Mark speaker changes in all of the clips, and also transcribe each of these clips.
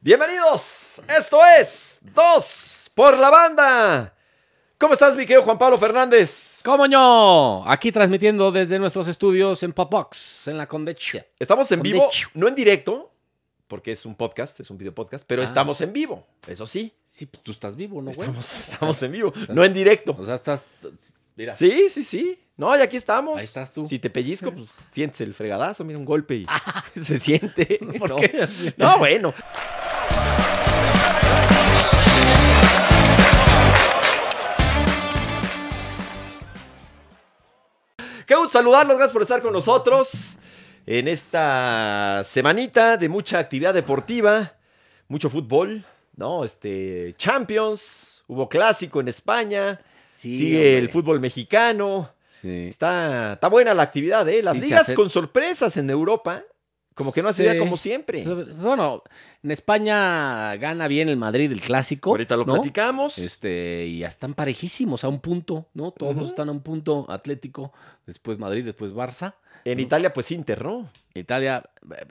Speaker 1: Bienvenidos, esto es Dos por la Banda. ¿Cómo estás, mi querido Juan Pablo Fernández?
Speaker 2: ¿Cómo no? Aquí transmitiendo desde nuestros estudios en Popbox, en la Condecha.
Speaker 1: Estamos en
Speaker 2: Con
Speaker 1: vivo,
Speaker 2: dicho.
Speaker 1: no en directo, porque es un podcast, es un video podcast, pero
Speaker 2: Ah.
Speaker 1: estamos en vivo, eso sí,
Speaker 2: Sí, pues tú estás vivo, ¿no, güey?
Speaker 1: estamos, estamos en vivo, no en directo.
Speaker 2: O sea, estás... Mira,
Speaker 1: Sí, sí, sí. No, y aquí estamos.
Speaker 2: Ahí estás tú.
Speaker 1: Si te pellizco, pues sientes el fregadazo, mira un golpe y se siente.
Speaker 2: ¿Por
Speaker 1: no.
Speaker 2: qué?
Speaker 1: No, bueno. Qué gusto saludarlos, gracias por estar con nosotros en esta semanita de mucha actividad deportiva, mucho fútbol, ¿no? Este, Champions, hubo clásico en España,
Speaker 2: Sí,
Speaker 1: sigue
Speaker 2: hombre.
Speaker 1: el fútbol mexicano,
Speaker 2: Sí.
Speaker 1: está, está buena la actividad, ¿eh? Las
Speaker 2: Sí, se
Speaker 1: ligas
Speaker 2: hace-
Speaker 1: con sorpresas en Europa, como que no
Speaker 2: Sí.
Speaker 1: hacía como siempre.
Speaker 2: Bueno, en España gana bien el Madrid el clásico.
Speaker 1: Ahorita lo
Speaker 2: ¿no?
Speaker 1: platicamos.
Speaker 2: Este, y ya están parejísimos a un punto, ¿no? Todos
Speaker 1: Ujú.
Speaker 2: están a un punto. Atlético, después Madrid, después Barça.
Speaker 1: En Italia, pues Inter, ¿no?
Speaker 2: Italia, eh,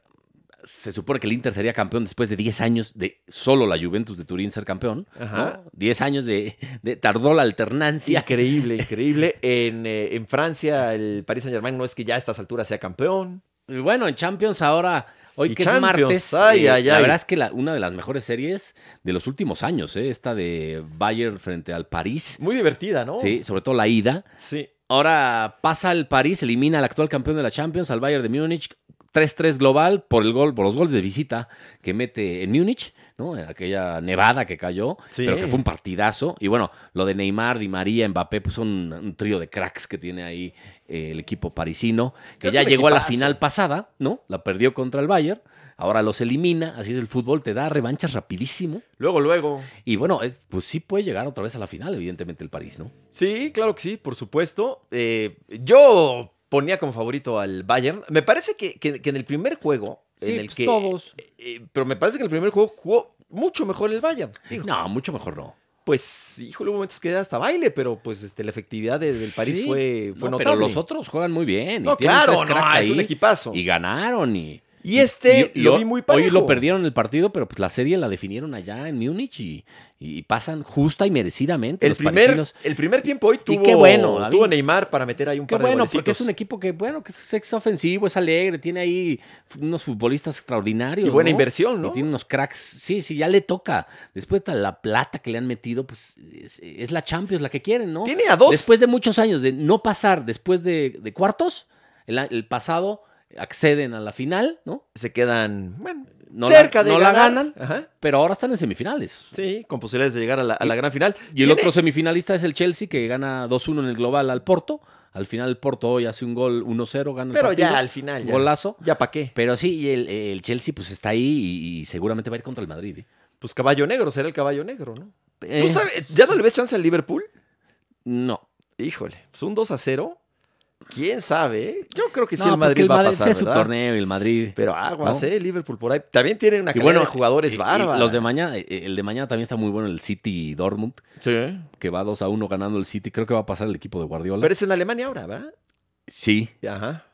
Speaker 2: se supone que el Inter sería campeón después de 10 años de solo la Juventus de Turín ser campeón.
Speaker 1: Ajá.
Speaker 2: ¿no? 10 años de, de- tardó la alternancia.
Speaker 1: Increíble, increíble. En, eh, en Francia, el Paris Saint Germain no es que ya a estas alturas sea campeón.
Speaker 2: Y bueno, en Champions ahora, hoy
Speaker 1: Y
Speaker 2: que
Speaker 1: Champions,
Speaker 2: es martes, eh,
Speaker 1: ay, ay,
Speaker 2: la
Speaker 1: ay.
Speaker 2: verdad es que la- una de las mejores series de los últimos años, ¿eh? esta de Bayern frente al París.
Speaker 1: Muy divertida, ¿no?
Speaker 2: Sí, sobre todo la ida.
Speaker 1: Sí.
Speaker 2: Ahora pasa el París, elimina al actual campeón de la Champions, al Bayern de Múnich, 3-3 global por el gol, por los goles de visita que mete en Múnich, ¿no? En aquella nevada que cayó,
Speaker 1: Sí.
Speaker 2: pero que fue un partidazo. Y bueno, lo de Neymar, Di María, Mbappé, pues son un trío de cracks que tiene ahí eh, el equipo parisino, que
Speaker 1: Es
Speaker 2: ya
Speaker 1: un
Speaker 2: llegó a la
Speaker 1: equipazo.
Speaker 2: final pasada, ¿no? La perdió contra el Bayern, ahora los elimina, así es el fútbol, te da revanchas rapidísimo.
Speaker 1: Luego, luego.
Speaker 2: Y bueno, es- pues sí puede llegar otra vez a la final, evidentemente, el París, ¿no?
Speaker 1: Sí, claro que sí, por supuesto. Eh, yo ponía como favorito al Bayern. Me parece que, que- que en el primer juego,
Speaker 2: Sí,
Speaker 1: en el
Speaker 2: pues,
Speaker 1: que.
Speaker 2: todos.
Speaker 1: eh, pero me parece que en el primer juego jugó mucho mejor el Bayern. Digo,
Speaker 2: No, mucho mejor no.
Speaker 1: Pues, híjole, hubo momentos que hasta baile, pero pues este, la efectividad de- del París
Speaker 2: Sí.
Speaker 1: fue, fue
Speaker 2: No,
Speaker 1: notable.
Speaker 2: Pero los otros juegan muy bien.
Speaker 1: Eh, No,
Speaker 2: y tienen
Speaker 1: claro,
Speaker 2: tres
Speaker 1: no,
Speaker 2: cracks
Speaker 1: es un
Speaker 2: ahí,
Speaker 1: equipazo.
Speaker 2: Y ganaron. Y,
Speaker 1: Y este
Speaker 2: y- y
Speaker 1: lo
Speaker 2: ho-
Speaker 1: vi muy parejo.
Speaker 2: Hoy lo perdieron el partido, pero pues la serie la definieron allá en Múnich y, y pasan justa y merecidamente.
Speaker 1: El
Speaker 2: los
Speaker 1: primer,
Speaker 2: parisinos.
Speaker 1: el primer tiempo hoy
Speaker 2: Y
Speaker 1: tuvo,
Speaker 2: qué bueno, la
Speaker 1: tuvo
Speaker 2: vi.
Speaker 1: Neymar para meter ahí un
Speaker 2: Qué
Speaker 1: par de
Speaker 2: bueno, porque
Speaker 1: golecitos.
Speaker 2: es un equipo que, bueno, que es exofensivo, es alegre, tiene ahí unos futbolistas extraordinarios.
Speaker 1: Y buena
Speaker 2: ¿no?
Speaker 1: inversión, ¿no?
Speaker 2: Y tiene unos cracks. Sí, sí, ya le toca. Después de la plata que le han metido, pues es, es la Champions, la que quieren, ¿no?
Speaker 1: Tiene a dos.
Speaker 2: Después de muchos años de no pasar después de, de cuartos, el, a- el pasado acceden a la final, ¿no?
Speaker 1: Se quedan bueno,
Speaker 2: No
Speaker 1: cerca
Speaker 2: la,
Speaker 1: de
Speaker 2: no la
Speaker 1: ganar.
Speaker 2: ganan,
Speaker 1: Ajá.
Speaker 2: pero ahora están en semifinales.
Speaker 1: Sí, con posibilidades de llegar a la, a la gran final.
Speaker 2: Y el
Speaker 1: Tiene-
Speaker 2: otro semifinalista es el Chelsea, que gana 2-1 en el global al Porto. Al final el Porto hoy hace un gol 1-0, gana el
Speaker 1: Pero
Speaker 2: partido.
Speaker 1: ya al final. Ya,
Speaker 2: Golazo.
Speaker 1: Ya para qué.
Speaker 2: Pero sí, y el, el Chelsea pues está ahí y, y seguramente va a ir contra el Madrid. ¿eh?
Speaker 1: Pues caballo negro, será el caballo negro, ¿no?
Speaker 2: Eh,
Speaker 1: ¿Tú sabes? ¿Ya no le ves chance al Liverpool?
Speaker 2: No.
Speaker 1: Híjole, pues un 2 a 0. ¿Quién sabe? eh? Yo creo que sí el
Speaker 2: No, porque
Speaker 1: Madrid va a
Speaker 2: Madrid
Speaker 1: pasar,
Speaker 2: es su
Speaker 1: ¿verdad?
Speaker 2: torneo y el Madrid.
Speaker 1: Pero aguas,
Speaker 2: ¿No?
Speaker 1: ¿eh? Liverpool por ahí. También tienen una
Speaker 2: y
Speaker 1: calidad de jugadores
Speaker 2: y- y
Speaker 1: bárbaros.
Speaker 2: Los de mañana, eh, el de mañana también está muy bueno el City y Dortmund.
Speaker 1: Sí.
Speaker 2: que va 2 a 1 ganando el City. Creo que va a pasar el equipo de Guardiola.
Speaker 1: Pero es en Alemania ahora, ¿verdad?
Speaker 2: Sí,
Speaker 1: Ajá.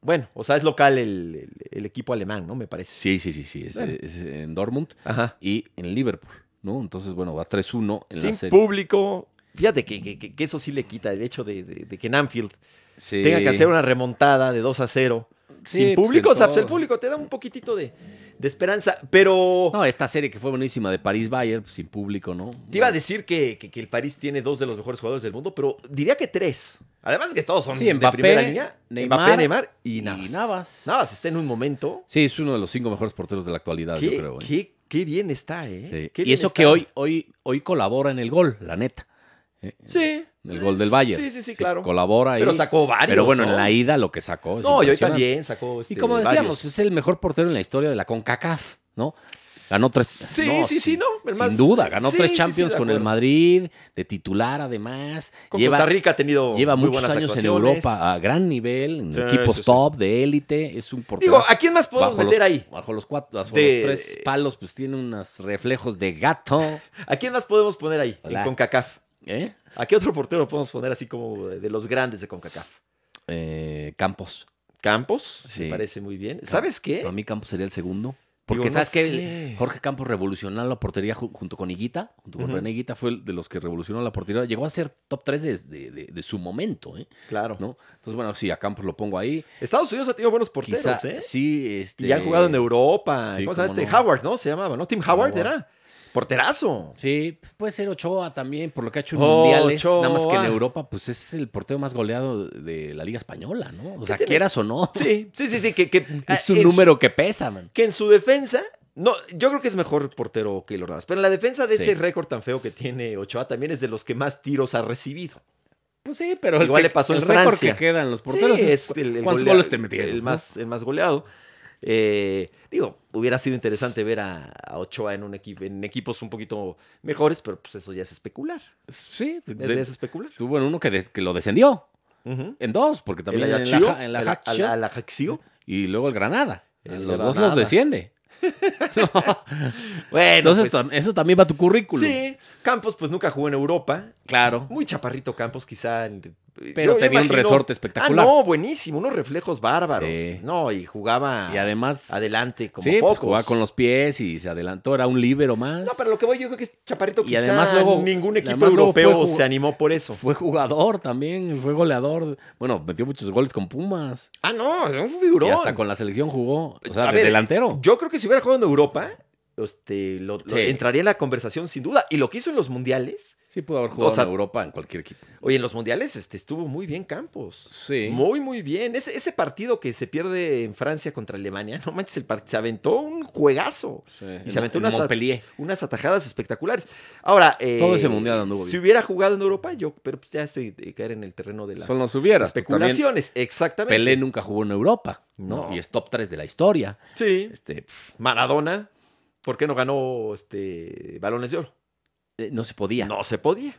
Speaker 1: Bueno, o sea, es local el, el- el equipo alemán, ¿no? Me parece.
Speaker 2: sí, sí, sí, sí. Es,
Speaker 1: Bueno.
Speaker 2: es en Dortmund
Speaker 1: Ajá.
Speaker 2: y en Liverpool, ¿no? Entonces, bueno, va 3-1 en la
Speaker 1: Sin
Speaker 2: serie.
Speaker 1: público. Fíjate que, que- que- que eso sí le quita el hecho de, de- de que en Anfield
Speaker 2: Sí.
Speaker 1: tenga que hacer una remontada de 2 a 0.
Speaker 2: Sí,
Speaker 1: sin
Speaker 2: pues, en
Speaker 1: público, o sea, pues, el
Speaker 2: todo.
Speaker 1: público te da un poquitito de, de esperanza. Pero
Speaker 2: No, esta serie que fue buenísima de París-Bayern, pues, sin público, ¿no?
Speaker 1: te iba a decir que, que- que el París tiene dos de los mejores jugadores del mundo, pero diría que tres. Además de que todos son
Speaker 2: Sí,
Speaker 1: de
Speaker 2: Mbappé,
Speaker 1: primera línea.
Speaker 2: Neymar
Speaker 1: Mbappé, Neymar y
Speaker 2: y
Speaker 1: Navas.
Speaker 2: Navas.
Speaker 1: Navas está en un momento.
Speaker 2: Sí, es uno de los cinco mejores porteros de la actualidad,
Speaker 1: Qué,
Speaker 2: yo creo. ¿eh?
Speaker 1: qué- qué bien está, ¿eh?
Speaker 2: Sí.
Speaker 1: Qué
Speaker 2: Y
Speaker 1: bien
Speaker 2: eso
Speaker 1: está.
Speaker 2: que hoy, hoy, hoy colabora en el gol, la neta. ¿eh?
Speaker 1: Sí.
Speaker 2: El gol del Bayern.
Speaker 1: Sí, sí, sí, claro.
Speaker 2: Colabora ahí.
Speaker 1: Pero sacó varios.
Speaker 2: Pero bueno, en
Speaker 1: ¿no?
Speaker 2: la ida lo que sacó. es
Speaker 1: No, y hoy
Speaker 2: impresionante.
Speaker 1: también sacó. este,
Speaker 2: y como
Speaker 1: varios.
Speaker 2: decíamos, es el mejor portero en la historia de la CONCACAF, ¿no? Ganó tres.
Speaker 1: Sí,
Speaker 2: no,
Speaker 1: sí, sí, no.
Speaker 2: Sin
Speaker 1: Además,
Speaker 2: duda, ganó
Speaker 1: sí,
Speaker 2: tres
Speaker 1: sí, sí,
Speaker 2: Champions
Speaker 1: de
Speaker 2: con el
Speaker 1: acuerdo.
Speaker 2: Madrid, de titular además.
Speaker 1: Con
Speaker 2: lleva
Speaker 1: Costa Rica ha tenido
Speaker 2: lleva
Speaker 1: muy
Speaker 2: muchos
Speaker 1: buenas
Speaker 2: años en
Speaker 1: actuaciones.
Speaker 2: Europa a gran nivel, en
Speaker 1: Sí,
Speaker 2: equipos
Speaker 1: sí, sí.
Speaker 2: top, de élite. Es un portero.
Speaker 1: Digo, ¿a quién más podemos meter
Speaker 2: los,
Speaker 1: ahí?
Speaker 2: Bajo los cuatro, bajo
Speaker 1: De-
Speaker 2: los tres palos, pues tiene unos reflejos de gato.
Speaker 1: ¿A quién más podemos poner ahí en
Speaker 2: Hola.
Speaker 1: CONCACAF?
Speaker 2: ¿Eh?
Speaker 1: ¿A qué otro portero podemos poner así como de los grandes de CONCACAF?
Speaker 2: Eh, Campos.
Speaker 1: Campos,
Speaker 2: Sí.
Speaker 1: me parece muy bien. ¿Sabes qué?
Speaker 2: Para mí Campos sería el segundo. Porque
Speaker 1: Digo, no
Speaker 2: sabes que
Speaker 1: sé.
Speaker 2: Jorge Campos revolucionó la portería ju- junto con Higuita, junto con
Speaker 1: Ujú.
Speaker 2: René Higuita, fue el de los que revolucionó la portería. Llegó a ser top 3 de, de- de- de su momento, ¿eh?
Speaker 1: Claro.
Speaker 2: ¿no? Entonces, bueno, sí, a Campos lo pongo ahí.
Speaker 1: Estados Unidos ha tenido buenos porteros,
Speaker 2: Quizá,
Speaker 1: ¿eh?
Speaker 2: sí, este,
Speaker 1: Y han jugado en Europa.
Speaker 2: Sí,
Speaker 1: ¿Cómo se llama
Speaker 2: cómo
Speaker 1: este?
Speaker 2: no.
Speaker 1: Howard, ¿no? Se llamaba, ¿no? Tim Howard,
Speaker 2: Howard.
Speaker 1: era. Porterazo.
Speaker 2: Sí, pues puede ser Ochoa también, por lo que ha hecho en
Speaker 1: Oh, Ochoa.
Speaker 2: mundiales. Nada más que en Europa, pues es el portero más goleado de la Liga Española, ¿no? O sea,
Speaker 1: tiene?
Speaker 2: quieras o no.
Speaker 1: Sí, sí, sí, sí. Que, que,
Speaker 2: Es
Speaker 1: ah,
Speaker 2: un
Speaker 1: en su-
Speaker 2: número que pesa, man.
Speaker 1: que en su defensa. No, yo creo que es mejor portero que Ordaz. Pero en la defensa de
Speaker 2: Sí.
Speaker 1: ese récord tan feo que tiene Ochoa también es de los que más tiros ha recibido.
Speaker 2: Pues sí, pero
Speaker 1: Igual
Speaker 2: que-
Speaker 1: le pasó en
Speaker 2: el récord
Speaker 1: Francia.
Speaker 2: que quedan los porteros
Speaker 1: Sí,
Speaker 2: es,
Speaker 1: es el, el
Speaker 2: cuántos
Speaker 1: golea-
Speaker 2: goles te metieron.
Speaker 1: el
Speaker 2: ¿no?
Speaker 1: más, el más goleado. Eh, digo, hubiera sido interesante ver a, a Ochoa en, un equipo en equipos un poquito mejores, pero pues eso ya es especular.
Speaker 2: Sí,
Speaker 1: Eso
Speaker 2: de-
Speaker 1: ya es especular.
Speaker 2: estuvo en uno que, des- que lo descendió.
Speaker 1: Ujú.
Speaker 2: En dos, porque también
Speaker 1: El
Speaker 2: en la,
Speaker 1: Ajaccio,
Speaker 2: ja- en la
Speaker 1: el-
Speaker 2: Hack
Speaker 1: al-
Speaker 2: Shop,
Speaker 1: al Ajaccio.
Speaker 2: y luego el Granada. Eh,
Speaker 1: El
Speaker 2: los dos
Speaker 1: Granada.
Speaker 2: los desciende.
Speaker 1: Bueno,
Speaker 2: Entonces,
Speaker 1: pues,
Speaker 2: tam- eso también va a tu currículum.
Speaker 1: Sí, Campos pues nunca jugó en Europa.
Speaker 2: Claro.
Speaker 1: Muy chaparrito Campos quizá. en-
Speaker 2: Pero
Speaker 1: yo- yo
Speaker 2: tenía un
Speaker 1: imagino-
Speaker 2: resorte espectacular.
Speaker 1: Ah, no, buenísimo, unos reflejos bárbaros.
Speaker 2: Sí.
Speaker 1: No, y jugaba
Speaker 2: Y además,
Speaker 1: adelante como
Speaker 2: sí, pues,
Speaker 1: pocos.
Speaker 2: jugaba con los pies y se adelantó. Era un líbero más.
Speaker 1: No, pero lo que voy yo creo que es chaparrito
Speaker 2: Y
Speaker 1: quizá
Speaker 2: además luego-
Speaker 1: ningún equipo
Speaker 2: además luego fue
Speaker 1: europeo
Speaker 2: jug-
Speaker 1: se animó por eso.
Speaker 2: Fue jugador también, fue goleador. Bueno, metió muchos goles con Pumas.
Speaker 1: Ah, no, es un figurón.
Speaker 2: Y hasta con la selección jugó. O sea,
Speaker 1: A
Speaker 2: de
Speaker 1: ver,
Speaker 2: delantero.
Speaker 1: Yo creo que si hubiera jugado en Europa, este, lo- lo-
Speaker 2: Sí.
Speaker 1: entraría en la conversación sin duda. Y lo que hizo en los mundiales,
Speaker 2: sí pudo haber
Speaker 1: o
Speaker 2: jugado
Speaker 1: sea,
Speaker 2: en Europa en cualquier equipo.
Speaker 1: oye, en los mundiales este, estuvo muy bien Campos.
Speaker 2: Sí.
Speaker 1: Muy, muy bien. Ese, ese partido que se pierde en Francia contra Alemania, no manches, el par- se aventó un juegazo.
Speaker 2: Sí,
Speaker 1: Y
Speaker 2: en-
Speaker 1: se aventó
Speaker 2: en
Speaker 1: unas, at-
Speaker 2: Montpellier.
Speaker 1: unas atajadas espectaculares. Ahora, eh,
Speaker 2: Todo ese mundial anduvo
Speaker 1: si
Speaker 2: bien.
Speaker 1: hubiera jugado en Europa, yo, pero pues ya se eh, caer en el terreno de las
Speaker 2: Son los hubieras. pues, también
Speaker 1: especulaciones. Exactamente.
Speaker 2: Pelé nunca jugó en Europa, ¿no?
Speaker 1: No.
Speaker 2: Y es top 3 de la historia.
Speaker 1: Sí.
Speaker 2: Este, pf,
Speaker 1: Maradona, ¿por qué no ganó este balones de oro?
Speaker 2: eh, no se podía.
Speaker 1: No se podía.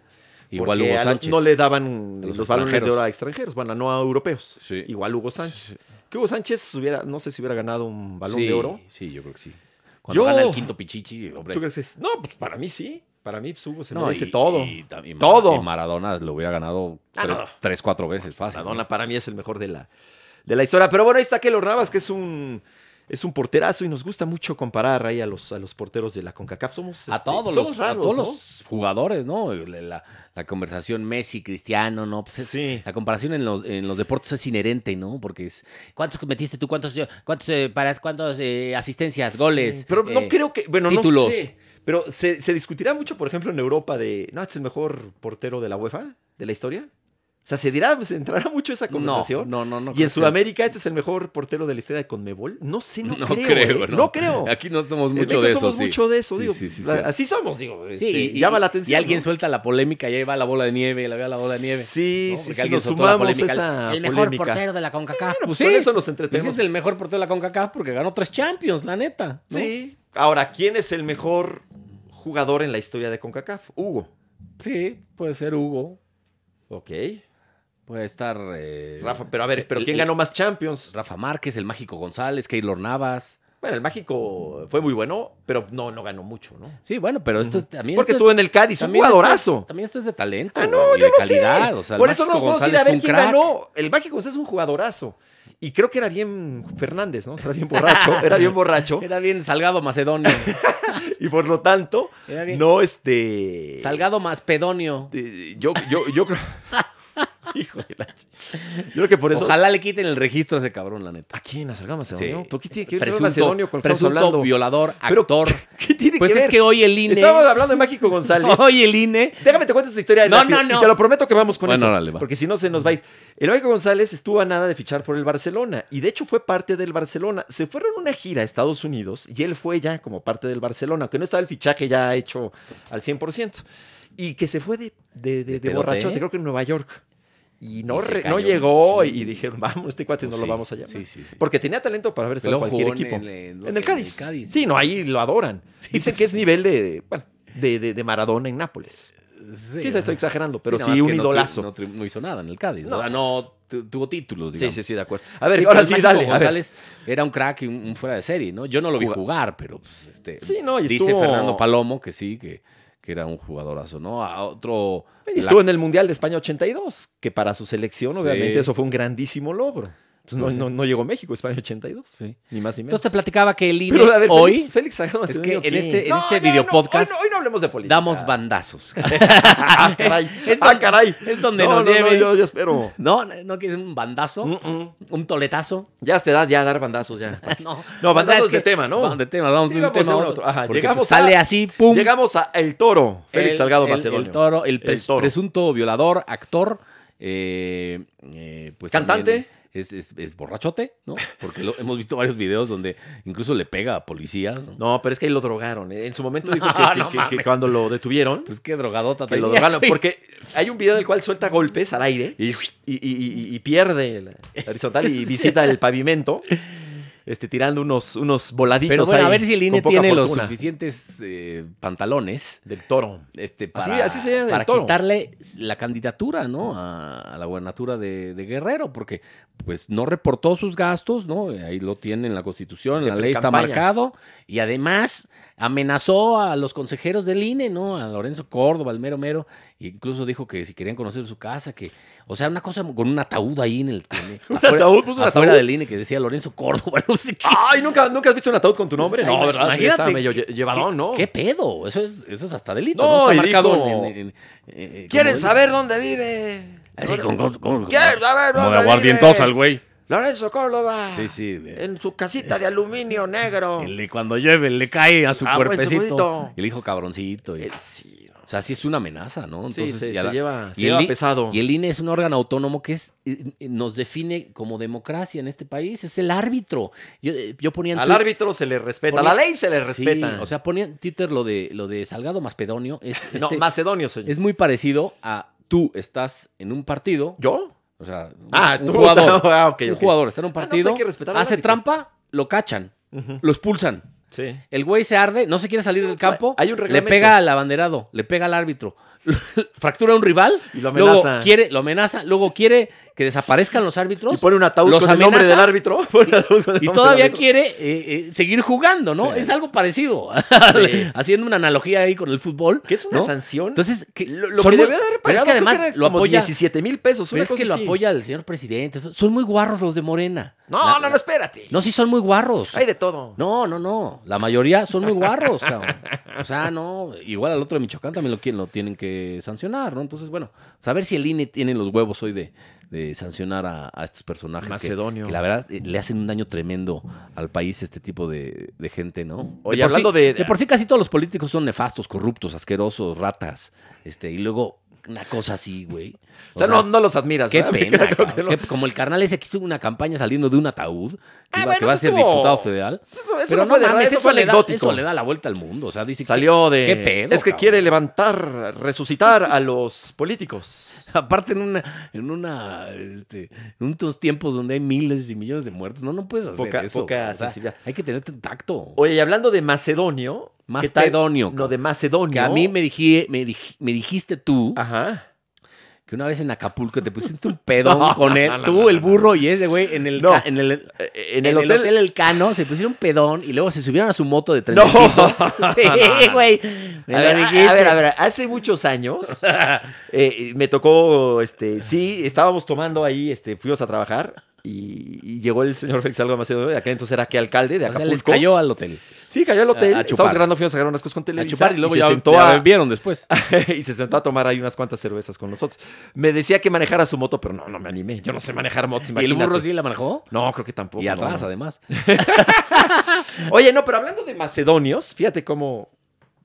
Speaker 2: Igual
Speaker 1: porque
Speaker 2: Hugo
Speaker 1: a-
Speaker 2: Sánchez.
Speaker 1: No le daban
Speaker 2: A
Speaker 1: los,
Speaker 2: los
Speaker 1: balones de
Speaker 2: extranjeros.
Speaker 1: oro a extranjeros, bueno, no a europeos.
Speaker 2: Sí.
Speaker 1: Igual Hugo Sánchez. Que Hugo Sánchez hubiera, no sé si hubiera ganado un balón
Speaker 2: Sí,
Speaker 1: de oro.
Speaker 2: Sí, yo creo que sí. Cuando
Speaker 1: Yo-
Speaker 2: gana el quinto pichichi, hombre.
Speaker 1: ¿Tú crees que es- No, pues para mí sí. Para mí pues, Hugo se
Speaker 2: No,
Speaker 1: merece
Speaker 2: y-
Speaker 1: todo.
Speaker 2: y ta- y Mar-
Speaker 1: Todo.
Speaker 2: y Maradona lo hubiera ganado
Speaker 1: Ah,
Speaker 2: tre-
Speaker 1: no.
Speaker 2: tres, cuatro veces fácil. ¿no?
Speaker 1: Maradona para mí es el mejor de la, de la historia. Pero bueno, ahí está Keylor Navas, que es un, es un porterazo y nos gusta mucho comparar ahí a los, a los porteros de la CONCACAF. Somos,
Speaker 2: A
Speaker 1: este,
Speaker 2: todos,
Speaker 1: somos
Speaker 2: los,
Speaker 1: raros,
Speaker 2: a todos
Speaker 1: ¿no?
Speaker 2: los jugadores, ¿no? La, la- la conversación Messi, Cristiano, ¿no? Pues es-
Speaker 1: Sí.
Speaker 2: La comparación en los, en los deportes es inherente, ¿no? Porque es. ¿Cuántos metiste tú? ¿Cuántos, yo- cuántos, eh, paras- cuántos eh, asistencias, goles?
Speaker 1: Sí, pero no
Speaker 2: eh,
Speaker 1: creo que. Bueno, no
Speaker 2: títulos.
Speaker 1: sé. Pero se, se discutirá mucho, por ejemplo, en Europa de. ¿No es el mejor portero de la UEFA? ¿De la historia? O sea, se dirá, se entrará mucho esa conversación.
Speaker 2: No, no, no. no
Speaker 1: y
Speaker 2: creo
Speaker 1: en
Speaker 2: que-
Speaker 1: Sudamérica, este es el mejor portero de la historia de Conmebol. No sé, no,
Speaker 2: No
Speaker 1: creo.
Speaker 2: creo,
Speaker 1: ¿eh?
Speaker 2: no.
Speaker 1: creo.
Speaker 2: Aquí no somos
Speaker 1: En
Speaker 2: mucho
Speaker 1: México
Speaker 2: de eso,
Speaker 1: somos
Speaker 2: sí.
Speaker 1: mucho de eso,
Speaker 2: Sí,
Speaker 1: digo.
Speaker 2: sí, sí,
Speaker 1: la-
Speaker 2: sí.
Speaker 1: Así somos, digo.
Speaker 2: Sí,
Speaker 1: este,
Speaker 2: y-
Speaker 1: llama la
Speaker 2: y-
Speaker 1: atención.
Speaker 2: Y alguien
Speaker 1: ¿no?
Speaker 2: suelta la polémica, y ahí va la bola de nieve, la vea la bola de nieve.
Speaker 1: Sí,
Speaker 2: ¿no?
Speaker 1: sí,
Speaker 2: Porque
Speaker 1: sí.
Speaker 2: alguien
Speaker 1: Nos
Speaker 2: soltó la
Speaker 1: sumamos
Speaker 2: polémica.
Speaker 1: esa
Speaker 3: El mejor
Speaker 1: polémica.
Speaker 3: portero de la CONCACAF.
Speaker 1: Bueno, pues
Speaker 2: Sí.
Speaker 1: con eso nos
Speaker 2: Pues
Speaker 1: entretenemos.
Speaker 2: es el mejor portero de la CONCACAF porque ganó tres Champions, la neta. ¿no?
Speaker 1: Sí. Ahora, ¿quién es el mejor jugador en la historia de CONCACAF? Hugo.
Speaker 2: Sí, puede ser Hugo.
Speaker 1: Ok.
Speaker 2: Puede estar. eh,
Speaker 1: Rafa, pero a ver, ¿pero
Speaker 2: el-
Speaker 1: quién
Speaker 2: el-
Speaker 1: ganó más Champions?
Speaker 2: Rafa Márquez, el mágico González, Keylor Navas.
Speaker 1: Bueno, el Mágico fue muy bueno, pero no, no ganó mucho, ¿no?
Speaker 2: Sí, bueno, pero esto es también.
Speaker 1: Porque
Speaker 2: esto es-
Speaker 1: estuvo en el Cádiz, un
Speaker 2: también esto es-
Speaker 1: jugadorazo.
Speaker 2: también esto es de talento.
Speaker 1: Ah, no,
Speaker 2: y
Speaker 1: yo
Speaker 2: de
Speaker 1: no
Speaker 2: calidad.
Speaker 1: sé.
Speaker 2: O sea, el
Speaker 1: Por eso
Speaker 2: Mágico
Speaker 1: nos vamos a ir
Speaker 2: González
Speaker 1: a
Speaker 2: fue
Speaker 1: ver
Speaker 2: un
Speaker 1: quién
Speaker 2: crack.
Speaker 1: ganó. El Mágico González es un jugadorazo. Y creo que era bien Fernández, ¿no? Era bien borracho, era bien borracho.
Speaker 2: Era bien Salgado Macedonio.
Speaker 1: Y por lo tanto,
Speaker 2: Era bien-
Speaker 1: no este...
Speaker 2: Salgado Maspedonio.
Speaker 1: eh, Yo, yo, yo creo... Hijo de la... ch- Yo creo que por eso...
Speaker 2: Ojalá le quiten el registro a ese cabrón, la neta.
Speaker 1: ¿A quién? ¿A Salgado Macedonio?
Speaker 2: Sí.
Speaker 1: ¿Por qué tiene que ver Salgado
Speaker 2: Presunto-
Speaker 1: Macedonio con lo que estamos
Speaker 2: presunto
Speaker 1: hablando?
Speaker 2: violador,
Speaker 1: Pero,
Speaker 2: actor.
Speaker 1: ¿Qué tiene
Speaker 2: Pues
Speaker 1: que
Speaker 2: es
Speaker 1: ver?
Speaker 2: que hoy el INE.
Speaker 1: Estábamos hablando de Mágico González.
Speaker 2: Hoy el E INE.
Speaker 1: Déjame te cuento esta historia.
Speaker 2: No,
Speaker 1: rápido,
Speaker 2: no, no.
Speaker 1: Y te lo prometo que vamos con
Speaker 2: Bueno,
Speaker 1: eso.
Speaker 2: órale, va.
Speaker 1: Porque si no, se nos va a ir. El Mágico González estuvo a nada de fichar por el Barcelona. Y de hecho fue parte del Barcelona. Se fueron a una gira a Estados Unidos y él fue ya como parte del Barcelona, aunque no estaba el fichaje ya hecho al 100%. Y que se fue de, de, de- de
Speaker 2: pedote.
Speaker 1: borrachote, creo que en Nueva York. Y no,
Speaker 2: Y se
Speaker 1: re- no
Speaker 2: cayó.
Speaker 1: llegó
Speaker 2: Sí.
Speaker 1: y, y dijeron, vamos, este cuate no
Speaker 2: Pues
Speaker 1: lo
Speaker 2: sí,
Speaker 1: vamos a llamar.
Speaker 2: sí, sí, sí.
Speaker 1: Porque tenía talento para haber estado en
Speaker 2: Luego
Speaker 1: cualquier
Speaker 2: jugó en
Speaker 1: equipo.
Speaker 2: el- en
Speaker 1: en,
Speaker 2: el
Speaker 1: el Cádiz.
Speaker 2: Cádiz.
Speaker 1: Sí, no, ahí lo adoran.
Speaker 2: Sí,
Speaker 1: Dicen
Speaker 2: pues
Speaker 1: que es
Speaker 2: sí.
Speaker 1: nivel de, bueno, de- de- de Maradona en Nápoles.
Speaker 2: Sí,
Speaker 1: Quizá estoy exagerando, pero
Speaker 2: nada
Speaker 1: sí,
Speaker 2: más
Speaker 1: un
Speaker 2: que no tri-
Speaker 1: idolazo.
Speaker 2: No, tri- no hizo nada en el Cádiz.
Speaker 1: No.
Speaker 2: No, no tu- tuvo títulos, digamos.
Speaker 1: de acuerdo. A ver,
Speaker 2: Sí,
Speaker 1: ahora
Speaker 2: pero
Speaker 1: sí,
Speaker 2: el Mágico
Speaker 1: dale. a ver.
Speaker 2: González era un crack y un, un fuera de serie, ¿no? Yo no lo vi jugar, pero pues, este,
Speaker 1: Sí, no, y
Speaker 2: dice
Speaker 1: estuvo-
Speaker 2: Fernando Palomo que sí, que, que era un jugadorazo, ¿no? A otro...
Speaker 1: Y Estuvo en el Mundial de España 82, que para su selección,
Speaker 2: Sí.
Speaker 1: obviamente, eso fue un grandísimo logro.
Speaker 2: la-
Speaker 1: Pues no,
Speaker 2: Pues sí.
Speaker 1: no, no llegó a México, España 82.
Speaker 2: Sí.
Speaker 1: Ni más ni menos.
Speaker 2: Entonces te platicaba que el INE
Speaker 1: Pero a ver,
Speaker 2: hoy
Speaker 1: Félix, Félix Salgado
Speaker 2: es
Speaker 1: Macedonio,
Speaker 2: que en
Speaker 1: ¿qué?
Speaker 2: este- en este
Speaker 1: ya,
Speaker 2: videopodcast
Speaker 1: hoy, no, hoy no hablamos de política.
Speaker 2: damos bandazos.
Speaker 1: Ah, caray.
Speaker 2: es
Speaker 1: ah,
Speaker 2: donde-
Speaker 1: caray.
Speaker 2: es donde
Speaker 1: No,
Speaker 2: nos
Speaker 1: no, no,
Speaker 2: lleve.
Speaker 1: yo, ¿Mm? yo espero.
Speaker 2: no, no, no quieres un bandazo,
Speaker 1: Mm-mm.
Speaker 2: un toletazo.
Speaker 1: Ya se da, ya dar bandazos ya.
Speaker 2: No,
Speaker 1: No,
Speaker 2: O sea,
Speaker 1: bandazos
Speaker 2: es que-
Speaker 1: de tema, ¿no?
Speaker 2: Vamos de tema, vamos
Speaker 1: Sí,
Speaker 2: de un
Speaker 1: vamos de
Speaker 2: tema a
Speaker 1: uno a
Speaker 2: otro.
Speaker 1: otro. Ajá,
Speaker 2: Porque,
Speaker 1: llegamos
Speaker 2: pues,
Speaker 1: a-
Speaker 2: sale así, pum.
Speaker 1: Llegamos a El Toro, Félix
Speaker 2: El-
Speaker 1: Salgado
Speaker 2: el-
Speaker 1: Macedonio.
Speaker 2: El toro, el, pres-
Speaker 1: Toro.
Speaker 2: presunto violador, actor, eh, eh, pues
Speaker 1: Cantante.
Speaker 2: también Es, es- es borrachote, ¿no? Porque lo- hemos visto varios videos donde incluso le pega a policías. ¿no?
Speaker 1: No, pero es que ahí lo drogaron. ¿eh? En su momento dijo
Speaker 2: No,
Speaker 1: que, que-
Speaker 2: Ah, no
Speaker 1: que-
Speaker 2: mames.
Speaker 1: que cuando lo detuvieron,
Speaker 2: Pues qué drogadota
Speaker 1: que lo
Speaker 2: tenía,
Speaker 1: drogaron.
Speaker 2: güey.
Speaker 1: Porque hay un video en el cual suelta golpes al aire y, y- y- y- y pierde la la horizontal y visita el pavimento, este, tirando unos, unos voladitos
Speaker 2: Pero bueno,
Speaker 1: ahí
Speaker 2: a ver si el INE
Speaker 1: con poca
Speaker 2: tiene los
Speaker 1: fortuna.
Speaker 2: suficientes eh, pantalones
Speaker 1: Del Toro.
Speaker 2: este,
Speaker 1: Así-
Speaker 2: para,
Speaker 1: así se llama el
Speaker 2: para
Speaker 1: toro.
Speaker 2: quitarle la candidatura ¿no? a, a la gubernatura de, de Guerrero, porque pues no reportó sus gastos, ¿no? Eh, ahí lo tiene en la Constitución, en
Speaker 1: De
Speaker 2: la ley está
Speaker 1: precampaña.
Speaker 2: marcado, y además amenazó a los consejeros del INE, ¿no? a Lorenzo Córdoba, al mero mero, e incluso dijo que si querían conocer su casa, que, o sea, una cosa con un ataúd ahí en el... en-
Speaker 1: ¿Un
Speaker 2: afuera,
Speaker 1: ataúd? ¿Puso un
Speaker 2: afuera
Speaker 1: ataúd?
Speaker 2: del INE que decía Lorenzo Córdoba, no sé qué.
Speaker 1: Ay, ¿nunca, ¿nunca has visto un ataúd con tu nombre?
Speaker 2: Ay,
Speaker 1: No, ¿verdad? Sí, está
Speaker 2: imagínate.
Speaker 1: medio lle- llevadón, ¿no?
Speaker 2: ¿Qué pedo? Eso es, eso es hasta delito.
Speaker 1: No,
Speaker 2: No,
Speaker 1: y
Speaker 2: Está marcado
Speaker 1: dijo,
Speaker 2: en- en- en- en- eh,
Speaker 1: ¿Quieren
Speaker 2: como Ah,
Speaker 1: saber dónde vive?
Speaker 2: Así, con, con, con,
Speaker 1: ¿Quieres saber
Speaker 2: como
Speaker 1: dónde Ah,
Speaker 2: de aguardientosa el güey.
Speaker 1: Lorenzo Córdoba.
Speaker 2: Sí, sí. de-
Speaker 1: En su casita de aluminio negro.
Speaker 2: y le- cuando llueve le cae a su
Speaker 1: Ah, buen segundito.
Speaker 2: cuerpecito. Y le dijo cabroncito. y-
Speaker 1: El- sí, no.
Speaker 2: o sea, sí es una amenaza, ¿no?
Speaker 1: Sí, se,
Speaker 2: ya
Speaker 1: se
Speaker 2: la-
Speaker 1: lleva, se
Speaker 2: y el
Speaker 1: lleva
Speaker 2: I-
Speaker 1: pesado.
Speaker 2: Y el INE es un órgano autónomo que es, eh, eh, nos define como democracia en este país. Es el árbitro. Yo, eh, yo ponía en
Speaker 1: Al
Speaker 2: Twitter-
Speaker 1: árbitro se le respeta, a
Speaker 2: Ponía-
Speaker 1: la ley se le
Speaker 2: Sí,
Speaker 1: respeta.
Speaker 2: o sea, ponía en Twitter lo de, lo de Salgado Maspedonio. Es,
Speaker 1: no,
Speaker 2: este-
Speaker 1: macedonio, señor.
Speaker 2: es muy parecido a tú estás en un partido.
Speaker 1: ¿Yo?
Speaker 2: O sea, un-
Speaker 1: Ah,
Speaker 2: un
Speaker 1: tú.
Speaker 2: jugador.
Speaker 1: o sea, ah, ok,
Speaker 2: Un
Speaker 1: ok.
Speaker 2: jugador está en un
Speaker 1: Ah, no, pues
Speaker 2: partido,
Speaker 1: hay que respetar al
Speaker 2: hace
Speaker 1: árbitro.
Speaker 2: trampa, lo cachan,
Speaker 1: Ujú.
Speaker 2: lo expulsan.
Speaker 1: Sí.
Speaker 2: El güey se arde, no se quiere salir del campo,
Speaker 1: hay un
Speaker 2: le
Speaker 1: reglamento.
Speaker 2: pega al abanderado, le pega al árbitro, fractura a un rival,
Speaker 1: Y lo
Speaker 2: luego
Speaker 1: amenaza.
Speaker 2: quiere, lo amenaza, luego quiere que desaparezcan los
Speaker 1: Y
Speaker 2: árbitros
Speaker 1: pone un ataúd
Speaker 2: los
Speaker 1: con el nombre
Speaker 2: amenaza.
Speaker 1: del árbitro. Pone un ataúd con el
Speaker 2: y
Speaker 1: nombre
Speaker 2: todavía
Speaker 1: del árbitro.
Speaker 2: quiere eh, eh, seguir jugando, ¿no?
Speaker 1: Sí.
Speaker 2: Es algo parecido,
Speaker 1: Sí.
Speaker 2: haciendo una analogía ahí con el fútbol.
Speaker 1: Que es una
Speaker 2: ¿no?
Speaker 1: sanción.
Speaker 2: Entonces, que-
Speaker 1: lo, lo
Speaker 2: son
Speaker 1: que
Speaker 2: muy-
Speaker 1: debe dar
Speaker 2: pero es
Speaker 1: pagado,
Speaker 2: que
Speaker 1: creo
Speaker 2: además
Speaker 1: era
Speaker 2: lo
Speaker 1: como
Speaker 2: apoya,
Speaker 1: 17 mil pesos.
Speaker 2: pero
Speaker 1: una
Speaker 2: es que
Speaker 1: cosa
Speaker 2: lo
Speaker 1: así.
Speaker 2: apoya el señor presidente. Son son muy guarros los de Morena.
Speaker 1: No,
Speaker 2: La-
Speaker 1: no, no, espérate.
Speaker 2: No, sí son muy guarros.
Speaker 1: Hay de todo.
Speaker 2: No, no, no. La mayoría son muy guarros, cabrón. O sea, no. Igual al otro de Michoacán también lo, quien- lo tienen que sancionar, ¿no? Entonces, bueno, saber si el INE tiene los huevos hoy de, de sancionar a, a estos personajes. que-
Speaker 1: Macedonio.
Speaker 2: Que, la verdad eh, le hacen un daño tremendo al país este tipo de, de gente, ¿no?
Speaker 1: Oye,
Speaker 2: por sí-
Speaker 1: hablando de-
Speaker 2: por sí casi todos los políticos son nefastos, corruptos, asquerosos, ratas. Este, y luego una cosa así, güey.
Speaker 1: O sea, no, no los admiras.
Speaker 2: Qué
Speaker 1: ¿verdad?
Speaker 2: pena,
Speaker 1: Creo que
Speaker 2: cabrón.
Speaker 1: no.
Speaker 2: Qué- como el carnal ese que hizo una campaña saliendo de un ataúd, que,
Speaker 1: Ah,
Speaker 2: iba-
Speaker 1: bueno,
Speaker 2: que va a
Speaker 1: eso
Speaker 2: ser
Speaker 1: estuvo-
Speaker 2: diputado federal.
Speaker 1: Eso, eso
Speaker 2: Pero
Speaker 1: no fue de
Speaker 2: mames,
Speaker 1: raíz, eso fue
Speaker 2: le da,
Speaker 1: anecdótico.
Speaker 2: eso le da la vuelta al mundo. O sea, dice que-
Speaker 1: Salió de.
Speaker 2: ¿Qué pedo,
Speaker 1: es que
Speaker 2: cabrón?
Speaker 1: quiere levantar, resucitar a los políticos.
Speaker 2: aparte en una, en una, este, en unos tiempos donde hay miles y millones de muertos, no, no puedes hacer
Speaker 1: Poca-
Speaker 2: Pues eso.
Speaker 1: poca
Speaker 2: cabrón. O sea,
Speaker 1: sensibilidad.
Speaker 2: hay que tener tacto.
Speaker 1: Oye, y hablando de Macedonio. ¿qué tal?
Speaker 2: Macedonio,
Speaker 1: No,
Speaker 2: cabrón.
Speaker 1: de Macedonio.
Speaker 2: que a mí me, dije, me, dij- me dijiste tú
Speaker 1: Ajá.
Speaker 2: que una vez en Acapulco te pusiste un pedón
Speaker 1: No,
Speaker 2: con él,
Speaker 1: no, no,
Speaker 2: tú,
Speaker 1: no, no,
Speaker 2: el
Speaker 1: no.
Speaker 2: burro y ese güey en el,
Speaker 1: No.
Speaker 2: ca- en el
Speaker 1: Eh, En el, hotel.
Speaker 2: El Cano se pusieron un pedón y luego se subieron a su moto de
Speaker 1: No.
Speaker 2: trenecito. Sí, güey. Me
Speaker 1: A
Speaker 2: lo
Speaker 1: ver,
Speaker 2: dijiste.
Speaker 1: a, a ver, a ver, hace muchos años eh, me tocó, este, sí, estábamos tomando ahí, este, fuimos a trabajar y, y llegó el señor Félix Algo Macedonio, aquel entonces era que alcalde de
Speaker 2: O sea,
Speaker 1: Acapulco.
Speaker 2: les cayó al hotel.
Speaker 1: Sí, cayó al hotel.
Speaker 2: A- a
Speaker 1: Estábamos
Speaker 2: chupar.
Speaker 1: grabando, fuimos a grabar unas cosas con
Speaker 2: A
Speaker 1: Televisa
Speaker 2: chupar y luego
Speaker 1: se
Speaker 2: ya,
Speaker 1: sentó
Speaker 2: ya
Speaker 1: a-
Speaker 2: bebieron después.
Speaker 1: y se sentó a tomar ahí unas cuantas cervezas con nosotros. Me decía que manejara su moto, pero no, no me animé. Yo no sé manejar motos,
Speaker 2: Y el
Speaker 1: imagínate.
Speaker 2: burro sí la manejó.
Speaker 1: No, creo que tampoco.
Speaker 2: Y
Speaker 1: no,
Speaker 2: atrás,
Speaker 1: no.
Speaker 2: además.
Speaker 1: Oye, no, pero hablando de macedonios, fíjate cómo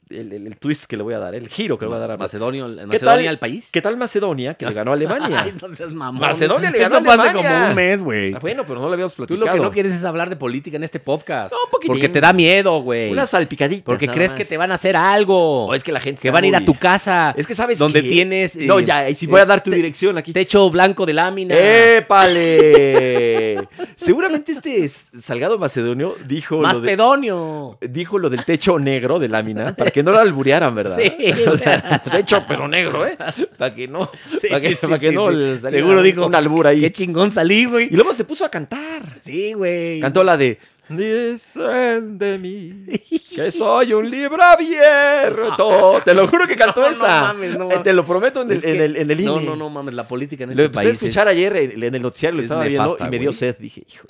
Speaker 1: el, el- el twist que le voy a dar, el giro que le voy a dar a Macedonia.
Speaker 2: Macedonio,
Speaker 1: tal?
Speaker 2: Macedonia al país.
Speaker 1: ¿Qué tal Macedonia que le ganó a Alemania?
Speaker 2: Ay, no seas mamón.
Speaker 1: Macedonia le ganó
Speaker 2: Eso
Speaker 1: a
Speaker 2: fue hace
Speaker 1: Alemania.
Speaker 2: como un mes, güey.
Speaker 1: Ah, bueno, pero no lo habíamos
Speaker 2: Tú
Speaker 1: platicado.
Speaker 2: lo que no quieres es hablar de política en este podcast.
Speaker 1: No, un poquitín.
Speaker 2: Porque te da miedo, güey.
Speaker 1: Unas salpicaditas.
Speaker 2: Porque
Speaker 1: nada
Speaker 2: crees
Speaker 1: más.
Speaker 2: que te van a hacer algo.
Speaker 1: O es que la gente.
Speaker 2: que
Speaker 1: está
Speaker 2: van a ir a
Speaker 1: muy-
Speaker 2: tu casa.
Speaker 1: Es que sabes.
Speaker 2: Donde
Speaker 1: qué?
Speaker 2: tienes. eh,
Speaker 1: No, ya, y si voy a dar tu
Speaker 2: te-
Speaker 1: dirección aquí.
Speaker 2: Techo blanco de lámina.
Speaker 1: Eh, ¡Épale! Seguramente este s- Salgado Macedonio dijo
Speaker 2: Más
Speaker 1: lo, de-
Speaker 2: pedonio.
Speaker 1: dijo lo del techo negro de lámina para que no lo alburearan, ¿verdad?
Speaker 2: Sí,
Speaker 1: O sea, techo pero negro, ¿eh? Para que no,
Speaker 2: Sí,
Speaker 1: para que,
Speaker 2: Este, sí, sí,
Speaker 1: para que
Speaker 2: sí,
Speaker 1: no
Speaker 2: sí.
Speaker 1: le saliera
Speaker 2: Seguro dijo,
Speaker 1: un albur ahí.
Speaker 2: Qué chingón salí,
Speaker 1: Y
Speaker 2: güey.
Speaker 1: luego se puso a cantar.
Speaker 2: Sí, güey.
Speaker 1: Cantó la de Dicen de mí que soy un libro abierto. Te lo juro que cantó
Speaker 2: Ah. No, no
Speaker 1: esa.
Speaker 2: mames, no
Speaker 1: Eh, Te
Speaker 2: mames.
Speaker 1: lo prometo en el,
Speaker 2: Es que-
Speaker 1: en el, en el
Speaker 2: No,
Speaker 1: INE.
Speaker 2: no, no mames, la política en
Speaker 1: Lo
Speaker 2: este
Speaker 1: empecé a
Speaker 2: país.
Speaker 1: escuchar
Speaker 2: es-
Speaker 1: ayer en en el noticiario, lo
Speaker 2: es
Speaker 1: estaba viendo
Speaker 2: nefasta,
Speaker 1: y me dio
Speaker 2: güey.
Speaker 1: sed. Dije, hijo,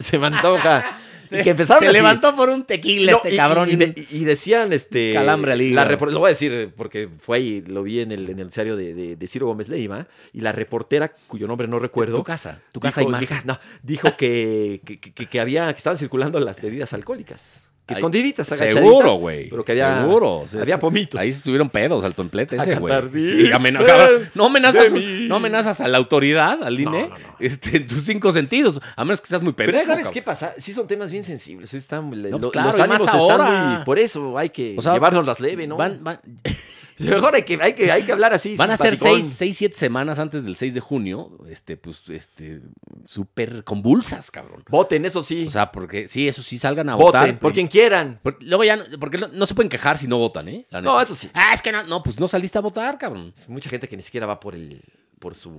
Speaker 1: se me antoja. Y que empezaron
Speaker 2: Se
Speaker 1: así.
Speaker 2: levantó por un tequila
Speaker 1: No,
Speaker 2: este
Speaker 1: y- y-
Speaker 2: cabrón.
Speaker 1: Y, de- y- y decían, este.
Speaker 2: Calambre al
Speaker 1: la
Speaker 2: hígado.
Speaker 1: repor- Lo voy a decir porque fue ahí, lo vi en el, en el noticiario de, de- de Ciro Gómez Leiva. Y la reportera, cuyo nombre no recuerdo.
Speaker 2: tu casa, tu casa
Speaker 1: dijo,
Speaker 2: imagen.
Speaker 1: dijo- no, dijo que, que, que- que había, que estaban circulando las bebidas alcohólicas. Que
Speaker 2: Ay,
Speaker 1: escondiditas, agachaditas.
Speaker 2: Seguro, güey.
Speaker 1: Pero que había.
Speaker 2: Seguro. o sea,
Speaker 1: había
Speaker 2: es-
Speaker 1: pomitos.
Speaker 2: Ahí se estuvieron pedos al templete
Speaker 1: A
Speaker 2: ese,
Speaker 1: cantar,
Speaker 2: güey. Sí, amena-
Speaker 1: "Dicen
Speaker 2: cabrón, no, amenazas,
Speaker 1: de mí".
Speaker 2: no amenazas a la autoridad, al
Speaker 1: No, no,
Speaker 2: INE,
Speaker 1: no.
Speaker 2: Este, en tus cinco sentidos. A menos que seas muy
Speaker 1: Pero
Speaker 2: pendejo.
Speaker 1: ¿sabes
Speaker 2: cabrón.
Speaker 1: qué pasa? Sí son temas bien sensibles. hoy Están, lo-
Speaker 2: pues claro,
Speaker 1: los
Speaker 2: y más
Speaker 1: ánimos están
Speaker 2: ahora.
Speaker 1: muy- Por eso hay que
Speaker 2: O sea,
Speaker 1: llevarnos las leve, ¿no?
Speaker 2: Van, van,
Speaker 1: Mejor hay que, hay, que, hay que hablar así.
Speaker 2: van a ser
Speaker 1: simpaticón.
Speaker 2: seis, seis, siete semanas antes del 6 de junio, este, pues, este, súper convulsas, cabrón.
Speaker 1: Voten, eso sí.
Speaker 2: O sea, porque sí, eso sí, salgan a
Speaker 1: voten
Speaker 2: votar.
Speaker 1: por quien quieran.
Speaker 2: Por- luego ya, no- porque no, no se pueden quejar si no votan, ¿eh? La neta.
Speaker 1: No, eso sí.
Speaker 2: Ah, es que no, no, pues no saliste a votar, cabrón.
Speaker 1: Mucha gente que ni siquiera va por el por su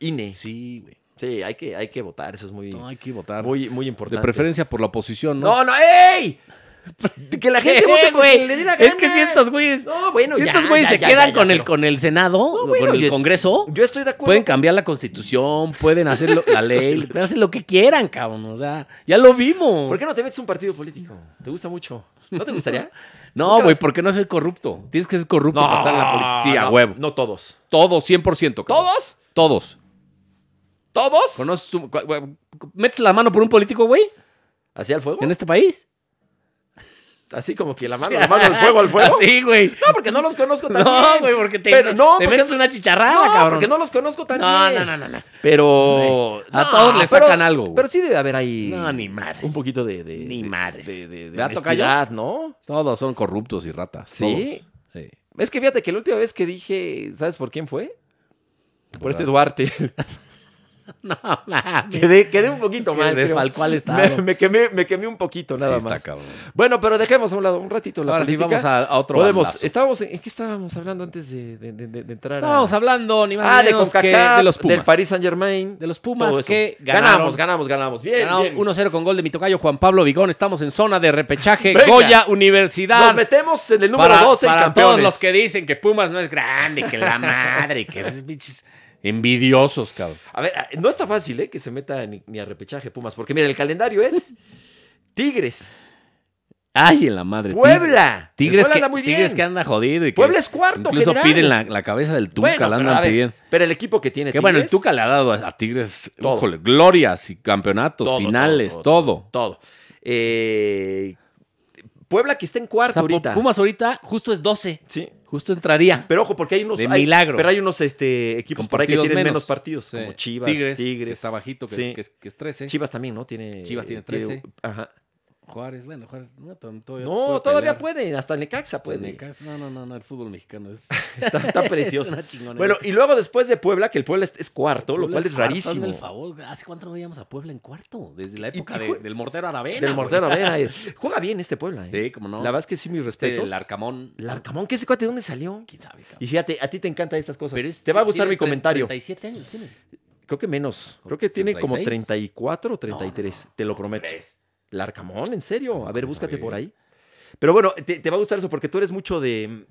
Speaker 1: INE. Sí,
Speaker 2: Sí, güey.
Speaker 1: hay, que, hay que votar. Eso es muy,
Speaker 2: No hay que votar.
Speaker 1: muy, muy
Speaker 2: de
Speaker 1: importante.
Speaker 2: preferencia por la oposición, ¿no?
Speaker 1: No, no, ¡ey! Que la gente vote por
Speaker 2: güey.
Speaker 1: quien le dé la
Speaker 2: Es que
Speaker 1: gana.
Speaker 2: si estos güeyes,
Speaker 1: No, bueno,
Speaker 2: si
Speaker 1: ya,
Speaker 2: estos güeyes
Speaker 1: ya,
Speaker 2: se
Speaker 1: ya,
Speaker 2: quedan
Speaker 1: ya, ya,
Speaker 2: con, el,
Speaker 1: pero
Speaker 2: con el Senado, o
Speaker 1: bueno,
Speaker 2: con el
Speaker 1: yo-
Speaker 2: Congreso,
Speaker 1: Yo estoy de acuerdo.
Speaker 2: pueden cambiar la constitución, pueden hacer lo- la ley, pueden hacer lo que quieran, cabrón. O sea, ya lo vimos.
Speaker 1: ¿Por qué no te metes a un partido político? ¿Te gusta mucho? ¿No te gustaría?
Speaker 2: No, güey, porque no soy corrupto. Tienes que ser corrupto para estar en la política. Sí, a
Speaker 1: no,
Speaker 2: huevo.
Speaker 1: No todos.
Speaker 2: Todos, 100%. cabrón.
Speaker 1: ¿Todos?
Speaker 2: Todos.
Speaker 1: ¿Todos?
Speaker 2: ¿Conoces un- cua- cua- ¿Metes la mano por un político, güey?
Speaker 1: ¿Así al fuego?
Speaker 2: ¿En este país?
Speaker 1: Así como que la mano, la mano al fuego, al fuego.
Speaker 2: Sí, güey.
Speaker 1: No, porque no los conozco tan
Speaker 2: No,
Speaker 1: bien.
Speaker 2: güey, porque te,
Speaker 1: Pero no,
Speaker 2: te
Speaker 1: porque-
Speaker 2: metes una chicharrada,
Speaker 1: no,
Speaker 2: cabrón.
Speaker 1: porque Ah, no los conozco tan
Speaker 2: no,
Speaker 1: bien.
Speaker 2: no, no, no, no.
Speaker 1: Pero.
Speaker 2: A todos les
Speaker 1: pero-
Speaker 2: sacan algo, güey.
Speaker 1: Pero sí debe haber ahí.
Speaker 2: No, ni madres.
Speaker 1: Un poquito de. de
Speaker 2: Ni
Speaker 1: de-
Speaker 2: madres.
Speaker 1: De, de, de
Speaker 2: ¿Verdad, tocayo?
Speaker 1: honestidad, ¿no?
Speaker 2: Todos son corruptos y ratas.
Speaker 1: Sí.
Speaker 2: todos. Sí.
Speaker 1: Es que fíjate que la última vez que dije. ¿Sabes por quién fue? Por
Speaker 2: ¿Por
Speaker 1: este
Speaker 2: cuál?
Speaker 1: Duarte.
Speaker 2: No, mames.
Speaker 1: quedé, quedé un poquito
Speaker 2: Que
Speaker 1: mal. creo.
Speaker 2: desfalcó al Estado.
Speaker 1: Me, me quemé, me quemé un poquito,
Speaker 2: Sí,
Speaker 1: nada
Speaker 2: está
Speaker 1: más.
Speaker 2: cabrón.
Speaker 1: Bueno, pero dejemos a un lado un ratito la
Speaker 2: Ahora sí
Speaker 1: política.
Speaker 2: vamos a, a otro
Speaker 1: Podemos.
Speaker 2: bandazo.
Speaker 1: Estábamos en, ¿en qué estábamos hablando antes de, de- de- de- de entrar a.
Speaker 2: Estábamos hablando ni más
Speaker 1: Ah,
Speaker 2: ni
Speaker 1: de
Speaker 2: menos que
Speaker 1: CONCACAF,
Speaker 2: de los Pumas.
Speaker 1: del Paris Saint Germain.
Speaker 2: De los Pumas
Speaker 1: todo eso.
Speaker 2: que
Speaker 1: ganamos,
Speaker 2: ganaron.
Speaker 1: ganamos, ganamos. Bien,
Speaker 2: Ganaron
Speaker 1: bien.
Speaker 2: 1-0 con gol de mi tocayo Juan Pablo Vigón. Estamos en zona de repechaje.
Speaker 1: Venga.
Speaker 2: Goya Universidad.
Speaker 1: Nos metemos en el número 12 y
Speaker 2: para
Speaker 1: campeones.
Speaker 2: todos los que dicen que Pumas no es grande, que la madre, que esos pinches envidiosos, cabrón.
Speaker 1: A ver, no está fácil, ¿eh? Que se meta ni, ni a repechaje Pumas. Porque mira, el calendario es Tigres,
Speaker 2: Ay, en la madre. Tig-
Speaker 1: Puebla. El
Speaker 2: Tigres,
Speaker 1: Puebla
Speaker 2: que,
Speaker 1: anda muy bien.
Speaker 2: Tigres que anda jodido y que
Speaker 1: Puebla es cuarto,
Speaker 2: incluso
Speaker 1: general.
Speaker 2: piden la, la cabeza del Tuca,
Speaker 1: Bueno,
Speaker 2: la
Speaker 1: pero, a
Speaker 2: andan
Speaker 1: ver,
Speaker 2: pidiendo.
Speaker 1: pero el equipo que tiene
Speaker 2: Que bueno, el
Speaker 1: Tigres,
Speaker 2: Tuca le ha dado a, a Tigres,
Speaker 1: Todo.
Speaker 2: híjole, glorias y campeonatos,
Speaker 1: Todo,
Speaker 2: finales,
Speaker 1: todo,
Speaker 2: todo.
Speaker 1: todo. Eh, Puebla que está en cuarto
Speaker 2: O sea, Pu-
Speaker 1: ahorita.
Speaker 2: Pumas ahorita justo es 12,
Speaker 1: Sí.
Speaker 2: justo entraría.
Speaker 1: Pero ojo, porque hay unos.
Speaker 2: De
Speaker 1: hay-
Speaker 2: milagro.
Speaker 1: Pero hay unos este, equipos
Speaker 2: Con
Speaker 1: por ahí que
Speaker 2: partidos
Speaker 1: tienen menos,
Speaker 2: menos.
Speaker 1: partidos.
Speaker 2: Sí.
Speaker 1: Como Chivas, Tigres.
Speaker 2: que está bajito, que,
Speaker 1: sí.
Speaker 2: que es, que es 13.
Speaker 1: Chivas también, ¿no? Tiene,
Speaker 2: Chivas tiene 13.
Speaker 1: ajá.
Speaker 2: Juárez, bueno, Juárez, no, to- todavía
Speaker 1: No, todavía
Speaker 2: pelear.
Speaker 1: puede. pues, Hasta Necaxa puede.
Speaker 2: Necaxa- No, no, no, no, el fútbol mexicano es
Speaker 1: Está, está precioso.
Speaker 2: una chingonería.
Speaker 1: Bueno, y luego después de Puebla, que el Puebla es, es cuarto,
Speaker 2: Puebla
Speaker 1: lo cual es,
Speaker 2: cuarto,
Speaker 1: rarísimo.
Speaker 2: hazme el favor, ¿hace cuánto no veíamos a Puebla en cuarto? Desde la
Speaker 1: Y-
Speaker 2: época
Speaker 1: y
Speaker 2: de-
Speaker 1: jue-
Speaker 2: del mortero Aravena.
Speaker 1: Del
Speaker 2: güey.
Speaker 1: Mortero Avena. eh. Juega bien este Puebla. eh.
Speaker 2: Sí, como no.
Speaker 1: La verdad es que sí, mis
Speaker 2: Este,
Speaker 1: respetos.
Speaker 2: el Arcamón.
Speaker 1: Larcamón, ¿qué ese cuate? ¿Dónde salió?
Speaker 2: ¿Quién sabe? cabrón.
Speaker 1: Y fíjate, a ti te encantan estas cosas.
Speaker 2: Pero es-
Speaker 1: te va a gustar
Speaker 2: tiene
Speaker 1: mi comentario.
Speaker 2: 37 años tiene.
Speaker 1: Creo que menos. Creo que tiene como
Speaker 2: 36.
Speaker 1: 34 o 33. te lo prometo.
Speaker 2: Tres.
Speaker 1: Larcamón, en serio. A ver,
Speaker 2: ¿Cómo
Speaker 1: búscate
Speaker 2: sabe?
Speaker 1: por ahí. Pero bueno, te, te va a gustar eso porque tú eres mucho de,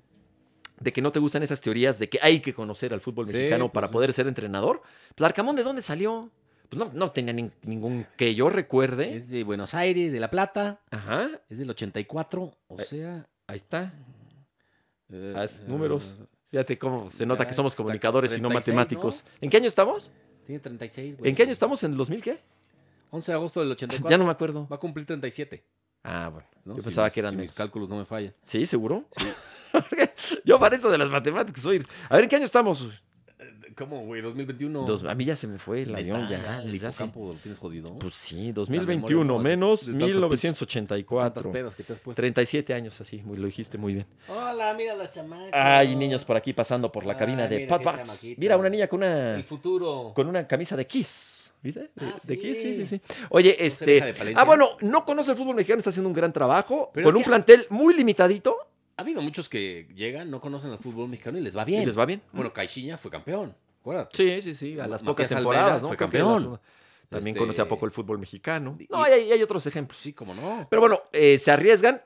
Speaker 1: de que no te gustan esas teorías de que hay que conocer al fútbol
Speaker 2: Sí,
Speaker 1: mexicano
Speaker 2: pues
Speaker 1: para
Speaker 2: sí.
Speaker 1: poder ser entrenador. Pues, Larcamón, ¿de dónde salió? Pues no, no tenía nin- ningún que yo recuerde.
Speaker 2: Es de Buenos Aires, de La Plata.
Speaker 1: Ajá,
Speaker 2: Es del 84. O sea.
Speaker 1: Eh, ahí está.
Speaker 2: eh,
Speaker 1: haz
Speaker 2: eh,
Speaker 1: números. Fíjate cómo se nota que
Speaker 2: Caray,
Speaker 1: somos
Speaker 2: Pues está
Speaker 1: comunicadores y no
Speaker 2: 36,
Speaker 1: matemáticos. ¿En qué año estamos?
Speaker 2: Tiene 36, güey.
Speaker 1: ¿En qué año estamos? ¿En el 2000 qué?
Speaker 2: 11 de agosto del 84.
Speaker 1: Ya no me acuerdo.
Speaker 2: Va a cumplir 37.
Speaker 1: Ah, bueno.
Speaker 2: ¿no?
Speaker 1: Yo
Speaker 2: Si
Speaker 1: pensaba
Speaker 2: mis-
Speaker 1: que eran
Speaker 2: si mis
Speaker 1: menos.
Speaker 2: cálculos no me fallan.
Speaker 1: ¿Sí? ¿Seguro? Yo para eso de las matemáticas soy. A ver, ¿en qué año estamos?
Speaker 2: ¿Cómo, güey? 2021.
Speaker 1: Dos- a mí ya se me fue el avión, ya.
Speaker 2: El
Speaker 1: ya se-
Speaker 2: campo lo tienes jodido.
Speaker 1: Pues sí,
Speaker 2: memoria
Speaker 1: 2021
Speaker 2: no, de- de
Speaker 1: menos
Speaker 2: tantos ¿Cuántas
Speaker 1: 1984.
Speaker 2: pedas que te has puesto?
Speaker 1: 37 años así, muy, lo dijiste muy bien.
Speaker 2: Hola, mira las chamacas.
Speaker 1: Ay, niños por aquí pasando por la cabina
Speaker 2: Ay,
Speaker 1: de
Speaker 2: mira
Speaker 1: Pat
Speaker 2: qué
Speaker 1: Pax.
Speaker 2: chamaquita.
Speaker 1: Mira, una niña con una,
Speaker 2: El futuro.
Speaker 1: con una camisa de Kiss. ¿Viste? De,
Speaker 2: Ah,
Speaker 1: de
Speaker 2: sí.
Speaker 1: Kiss, sí, sí, sí. Oye,
Speaker 2: deja de
Speaker 1: este.
Speaker 2: Palencia.
Speaker 1: Ah, bueno, no conoce el fútbol mexicano, está haciendo un gran trabajo,
Speaker 2: Pero
Speaker 1: con
Speaker 2: es
Speaker 1: un
Speaker 2: que-
Speaker 1: plantel muy limitadito.
Speaker 2: Ha habido muchos que llegan, no conocen el fútbol mexicano y les va bien.
Speaker 1: ¿Y les va bien?
Speaker 2: Bueno, Caixinha fue campeón. Acuérdate.
Speaker 1: Sí, sí, sí. A las
Speaker 2: Matías
Speaker 1: pocas temporadas,
Speaker 2: Almeida
Speaker 1: ¿no?
Speaker 2: fue
Speaker 1: Creo que a las-
Speaker 2: campeón.
Speaker 1: También
Speaker 2: Este,
Speaker 1: conoce a poco el fútbol mexicano.
Speaker 2: y-
Speaker 1: No, hay- hay, hay otros ejemplos.
Speaker 2: Pues Sí, cómo no.
Speaker 1: Pero bueno, eh, se arriesgan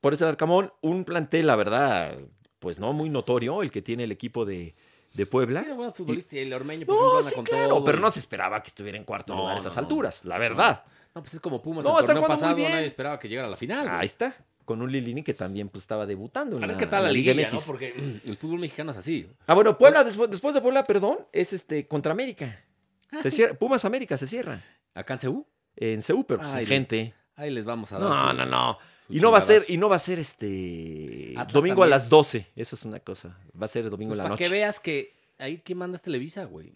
Speaker 1: por ese Arcamón. Un plantel, la verdad, pues no muy notorio el que tiene el equipo de, de Puebla.
Speaker 2: Tiene buenos futbolistas. y El Ormeño, por ejemplo,
Speaker 1: No,
Speaker 2: anda
Speaker 1: sí,
Speaker 2: con
Speaker 1: claro,
Speaker 2: todo,
Speaker 1: pero
Speaker 2: y-
Speaker 1: no se esperaba que estuviera en cuarto
Speaker 2: No,
Speaker 1: lugar a
Speaker 2: no,
Speaker 1: esas
Speaker 2: no.
Speaker 1: alturas, la verdad.
Speaker 2: No, pues es como Pumas
Speaker 1: No,
Speaker 2: el
Speaker 1: está
Speaker 2: torneo
Speaker 1: jugando muy
Speaker 2: pasado.
Speaker 1: bien.
Speaker 2: Nadie esperaba que llegara a la final. güey.
Speaker 1: Ahí está, con un Lilini que también pues, estaba debutando. en
Speaker 2: A ver qué tal la
Speaker 1: en
Speaker 2: liga, ¿no?
Speaker 1: MX.
Speaker 2: Porque mm, el fútbol mexicano es así.
Speaker 1: Ah, bueno, Puebla, después, después de Puebla, perdón, es este contra América.
Speaker 2: Ah,
Speaker 1: Se cierra, Pumas América se cierra.
Speaker 2: Acá en CEU,
Speaker 1: En Seúl, pero pues,
Speaker 2: Ay,
Speaker 1: sin
Speaker 2: Dios.
Speaker 1: gente.
Speaker 2: ahí les vamos a dar.
Speaker 1: No,
Speaker 2: su-
Speaker 1: no, no.
Speaker 2: su
Speaker 1: Y no va a ser,
Speaker 2: chingadazo.
Speaker 1: y no va a ser este
Speaker 2: Atlas
Speaker 1: domingo a
Speaker 2: también.
Speaker 1: las 12. Eso es una cosa. Va a ser domingo
Speaker 2: Pues
Speaker 1: a la
Speaker 2: para
Speaker 1: noche.
Speaker 2: que veas que ahí que mandas Televisa, güey.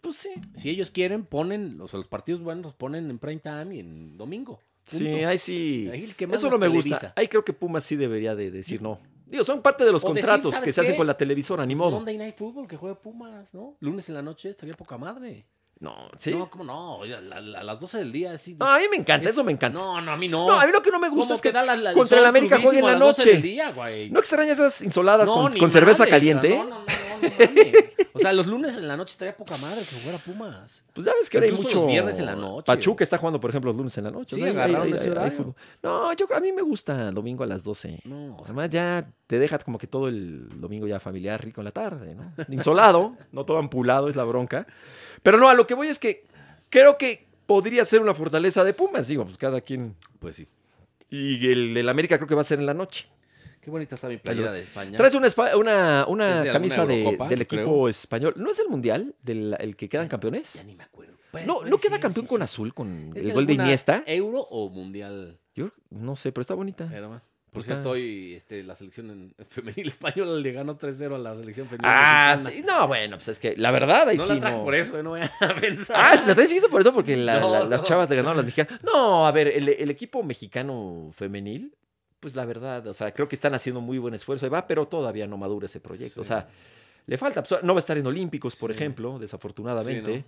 Speaker 1: Pues sí.
Speaker 2: Si ellos quieren, ponen, o sea, los partidos buenos los ponen en prime time y en domingo. Punto.
Speaker 1: Sí, ahí sí.
Speaker 2: Ahí el que
Speaker 1: Eso
Speaker 2: manda
Speaker 1: no me
Speaker 2: es
Speaker 1: gusta.
Speaker 2: Televisa.
Speaker 1: Ahí creo que Pumas sí debería de decir no. Digo, son parte de los
Speaker 2: O decir,
Speaker 1: contratos que
Speaker 2: ¿sabes
Speaker 1: se hacen
Speaker 2: qué? Pues,
Speaker 1: con la televisora, ni modo.
Speaker 2: Monday Night Football que juega Pumas, ¿no? Lunes en la noche estaría poca madre.
Speaker 1: No, sí.
Speaker 2: No, ¿cómo no? Oye, a, la- a las 12 del día, sí.
Speaker 1: No, a mí me encanta,
Speaker 2: es-
Speaker 1: eso me encanta.
Speaker 2: No, no, a mí no.
Speaker 1: No, a mí lo que no me gusta
Speaker 2: ¿Cómo
Speaker 1: es que
Speaker 2: te da la- la-
Speaker 1: contra
Speaker 2: el
Speaker 1: el
Speaker 2: sol
Speaker 1: América juega en
Speaker 2: crudísimo a
Speaker 1: la
Speaker 2: las 12 del
Speaker 1: noche.
Speaker 2: día, güey.
Speaker 1: No extrañas esas insoladas con,
Speaker 2: ni
Speaker 1: con cerveza
Speaker 2: madres,
Speaker 1: caliente.
Speaker 2: cabrón, No, no, no, no mames. O sea, los lunes en la noche estaría poca madre que jugara Pumas.
Speaker 1: Pues ya ves que ahora hay
Speaker 2: Incluso
Speaker 1: mucho.
Speaker 2: los viernes en la noche.
Speaker 1: Pachuca está jugando, por ejemplo, los lunes en la noche.
Speaker 2: Sí,
Speaker 1: hay- hay-
Speaker 2: agarraron
Speaker 1: hay-
Speaker 2: ese
Speaker 1: hay- hay
Speaker 2: horario.
Speaker 1: fútbol. No, yo a mí me gusta domingo a las 12.
Speaker 2: No, o sea,
Speaker 1: Además ya te deja como que todo el domingo ya familiar rico en la tarde, ¿no? Insolado, no todo ampulado es la bronca. Pero no, a lo que voy es que creo que podría ser una fortaleza de Pumas, digo, pues cada quien.
Speaker 2: pues sí.
Speaker 1: Y el, el América creo que va a ser en la noche.
Speaker 2: Qué bonita está mi playera de España.
Speaker 1: Traes una, espa- una, una
Speaker 2: Es de alguna
Speaker 1: camisa de-
Speaker 2: Eurocopa,
Speaker 1: del equipo
Speaker 2: creo.
Speaker 1: español. ¿No es el mundial del el que quedan campeones?
Speaker 2: Ya ni me acuerdo.
Speaker 1: No,
Speaker 2: Puede
Speaker 1: no queda
Speaker 2: ser,
Speaker 1: campeón
Speaker 2: Pues, Eh, sí,
Speaker 1: con
Speaker 2: sí.
Speaker 1: azul, con
Speaker 2: ¿Es
Speaker 1: el gol de
Speaker 2: alguna
Speaker 1: Iniesta.
Speaker 2: ¿Euro o mundial?
Speaker 1: Yo no sé, pero está bonita.
Speaker 2: Era más. Por
Speaker 1: Pues
Speaker 2: cierto,
Speaker 1: está-
Speaker 2: hoy este, la selección en- femenil española le ganó 3-0 a la selección femenil.
Speaker 1: Ah,
Speaker 2: mexicana.
Speaker 1: sí. No, bueno, pues es que la verdad ahí
Speaker 2: No
Speaker 1: sí
Speaker 2: la traje
Speaker 1: no.
Speaker 2: por eso, eh, no voy a pensar.
Speaker 1: Ah, ¿la traes chiquito por eso? Porque la-
Speaker 2: No,
Speaker 1: la- las
Speaker 2: no.
Speaker 1: chavas le ganaron a las mexicanas. No, a ver, el, el equipo mexicano femenil, pues la verdad, o sea, creo que están haciendo muy buen esfuerzo. ahí va, pero todavía no madura ese proyecto. O
Speaker 2: Sí.
Speaker 1: sea, le falta. pues, no va a estar en Olímpicos, por
Speaker 2: Sí.
Speaker 1: ejemplo, desafortunadamente.
Speaker 2: Sí,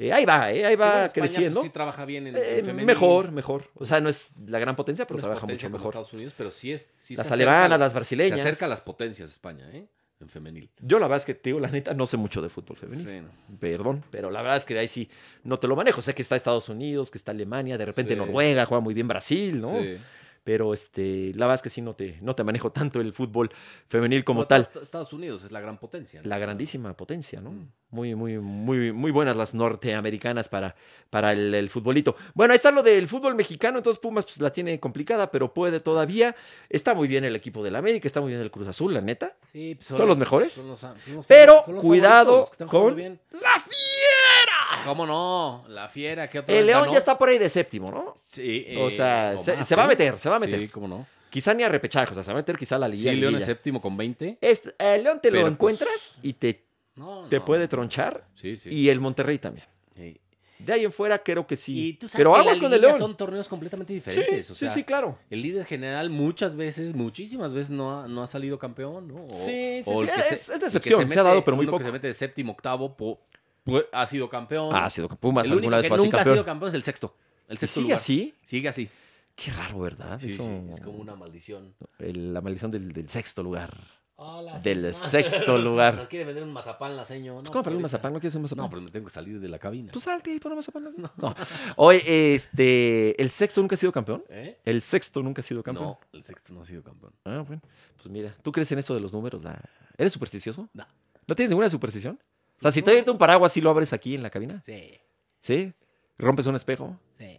Speaker 1: Eh, ahí va, eh, ahí
Speaker 2: Igual
Speaker 1: va
Speaker 2: España, pues,
Speaker 1: creciendo.
Speaker 2: sí trabaja bien en,
Speaker 1: Eh,
Speaker 2: en femenil.
Speaker 1: mejor, mejor. O sea, no es la gran potencia, pero
Speaker 2: No es
Speaker 1: trabaja
Speaker 2: potencia
Speaker 1: mucho
Speaker 2: como
Speaker 1: mejor.
Speaker 2: Estados Unidos, pero sí es. sí
Speaker 1: las
Speaker 2: se acerca a la-
Speaker 1: alemanas, las
Speaker 2: Se
Speaker 1: brasileñas.
Speaker 2: acerca a las potencias España, ¿eh? En femenil.
Speaker 1: Yo la verdad es que te digo la neta, no sé mucho de fútbol femenino.
Speaker 2: Sí, no.
Speaker 1: Perdón, pero la verdad es que ahí sí no te lo manejo. Sé que está Estados Unidos, que está Alemania, de repente
Speaker 2: Sí.
Speaker 1: Noruega, juega muy bien Brasil, ¿no?
Speaker 2: Sí.
Speaker 1: Pero este, la verdad es que sí no te, no te manejo tanto el fútbol femenil como
Speaker 2: Bueno,
Speaker 1: tal.
Speaker 2: Est- Estados Unidos es la gran potencia. ¿no?
Speaker 1: La grandísima potencia, ¿no?
Speaker 2: Mm.
Speaker 1: Muy, muy, muy, muy buenas las norteamericanas para, para el, el futbolito. Bueno, ahí está lo del fútbol mexicano, entonces Pumas pues, la tiene complicada, pero puede todavía. Está muy bien el equipo del América, está muy bien el Cruz Azul, la neta.
Speaker 2: Sí, pues,
Speaker 1: ¿Son los mejores?
Speaker 2: son los- son los favoritos,
Speaker 1: Pero
Speaker 2: son los
Speaker 1: cuidado
Speaker 2: favoritos, los que están jugando
Speaker 1: con
Speaker 2: bien.
Speaker 1: la fiera.
Speaker 2: ¿Cómo no? La fiera que otra
Speaker 1: El
Speaker 2: vez
Speaker 1: León
Speaker 2: ganó.
Speaker 1: ya está por ahí de séptimo, ¿no?
Speaker 2: Sí,
Speaker 1: O
Speaker 2: eh,
Speaker 1: sea,
Speaker 2: o
Speaker 1: se,
Speaker 2: más,
Speaker 1: se va a
Speaker 2: ¿eh?
Speaker 1: meter, se va a meter.
Speaker 2: Sí, cómo no.
Speaker 1: Quizá ni a repechaje, o sea, se va a meter quizá a la
Speaker 2: Sí,
Speaker 1: liguilla.
Speaker 2: León es
Speaker 1: liguilla.
Speaker 2: séptimo con 20.
Speaker 1: Este, el León te lo
Speaker 2: Pero, pues,
Speaker 1: encuentras y te,
Speaker 2: No,
Speaker 1: te
Speaker 2: no.
Speaker 1: puede tronchar.
Speaker 2: Sí, sí.
Speaker 1: Y el Monterrey también.
Speaker 2: Sí.
Speaker 1: De ahí en fuera creo que sí.
Speaker 2: Y tú sabes
Speaker 1: Pero
Speaker 2: que la
Speaker 1: aguas con el
Speaker 2: liguilla
Speaker 1: León.
Speaker 2: Son torneos completamente
Speaker 1: Sí,
Speaker 2: diferentes. o sea,
Speaker 1: sí, sí, claro.
Speaker 2: El líder general muchas veces, muchísimas veces no ha, no ha salido campeón, ¿no? O-
Speaker 1: Sí, sí,
Speaker 2: o el
Speaker 1: sí,
Speaker 2: que
Speaker 1: es- es decepción, se ha dado, pero muy
Speaker 2: uno
Speaker 1: poco.
Speaker 2: que se mete de séptimo, octavo, po- pu- ha sido campeón.
Speaker 1: Ah, ha sido Pumas
Speaker 2: el único
Speaker 1: alguna vez
Speaker 2: que
Speaker 1: fue así
Speaker 2: nunca ha sido
Speaker 1: campeón.
Speaker 2: campeón es el sexto. El
Speaker 1: ¿Y
Speaker 2: sexto
Speaker 1: sigue
Speaker 2: lugar.
Speaker 1: así?
Speaker 2: Sigue así.
Speaker 1: Qué raro, ¿verdad?
Speaker 2: Sí,
Speaker 1: Eso-
Speaker 2: sí, es como una maldición.
Speaker 1: el- la maldición del, del sexto lugar.
Speaker 2: Hola,
Speaker 1: Del
Speaker 2: señor.
Speaker 1: sexto lugar.
Speaker 2: Nos quiere vender un mazapán la seño. No,
Speaker 1: Pues, ¿Cómo para un
Speaker 2: ahorita-
Speaker 1: mazapán? ¿No quieres un mazapán?
Speaker 2: No, pero me tengo que salir de la cabina.
Speaker 1: Pues salte y pon un mazapán. No. Oye, este, ¿el sexto nunca ha sido campeón?
Speaker 2: ¿Eh?
Speaker 1: El sexto nunca ha sido campeón.
Speaker 2: No, el sexto no ha sido campeón.
Speaker 1: Ah, bueno. Pues mira, ¿tú crees en esto de los números? la- ¿Eres supersticioso?
Speaker 2: No.
Speaker 1: ¿No tienes ninguna superstición? O sea, si te abierto un paraguas, ¿sí lo abres aquí en la cabina?
Speaker 2: Sí,
Speaker 1: ¿Sí? ¿Rompes un espejo?
Speaker 2: sí.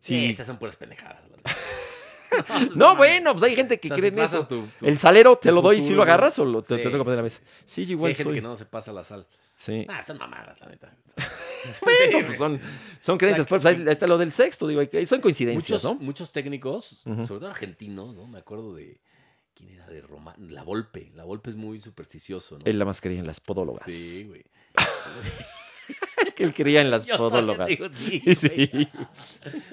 Speaker 2: Sí,
Speaker 1: Sí.
Speaker 2: esas son puras pendejadas. la verdad.
Speaker 1: No, bueno, pues hay gente que
Speaker 2: O sea,
Speaker 1: cree
Speaker 2: si
Speaker 1: en eso.
Speaker 2: pasas tu- tu-
Speaker 1: ¿El salero te
Speaker 2: tu
Speaker 1: lo doy si
Speaker 2: futuro,
Speaker 1: lo
Speaker 2: ¿no?
Speaker 1: agarras o lo, te,
Speaker 2: Sí,
Speaker 1: te toca poner la
Speaker 2: sí.
Speaker 1: mesa? Sí, yo
Speaker 2: Sí,
Speaker 1: igual
Speaker 2: hay gente
Speaker 1: soy.
Speaker 2: que no se pasa la sal.
Speaker 1: Sí.
Speaker 2: Ah, son mamadas, la neta.
Speaker 1: Bueno, pues son, son creencias. Pues ahí está lo del sexto, digo, hay- son coincidencias,
Speaker 2: muchos,
Speaker 1: ¿no?
Speaker 2: muchos técnicos,
Speaker 1: Ujú.
Speaker 2: sobre todo argentinos, ¿no? Me acuerdo de. ¿Quién era de Roma? La Volpe. La Volpe es muy supersticioso, ¿no?
Speaker 1: Él la más creía en las podólogas.
Speaker 2: Sí, güey.
Speaker 1: Él creía en las
Speaker 2: Yo todavía
Speaker 1: podólogas.
Speaker 2: te digo, sí, Ah,
Speaker 1: Sí.
Speaker 2: güey.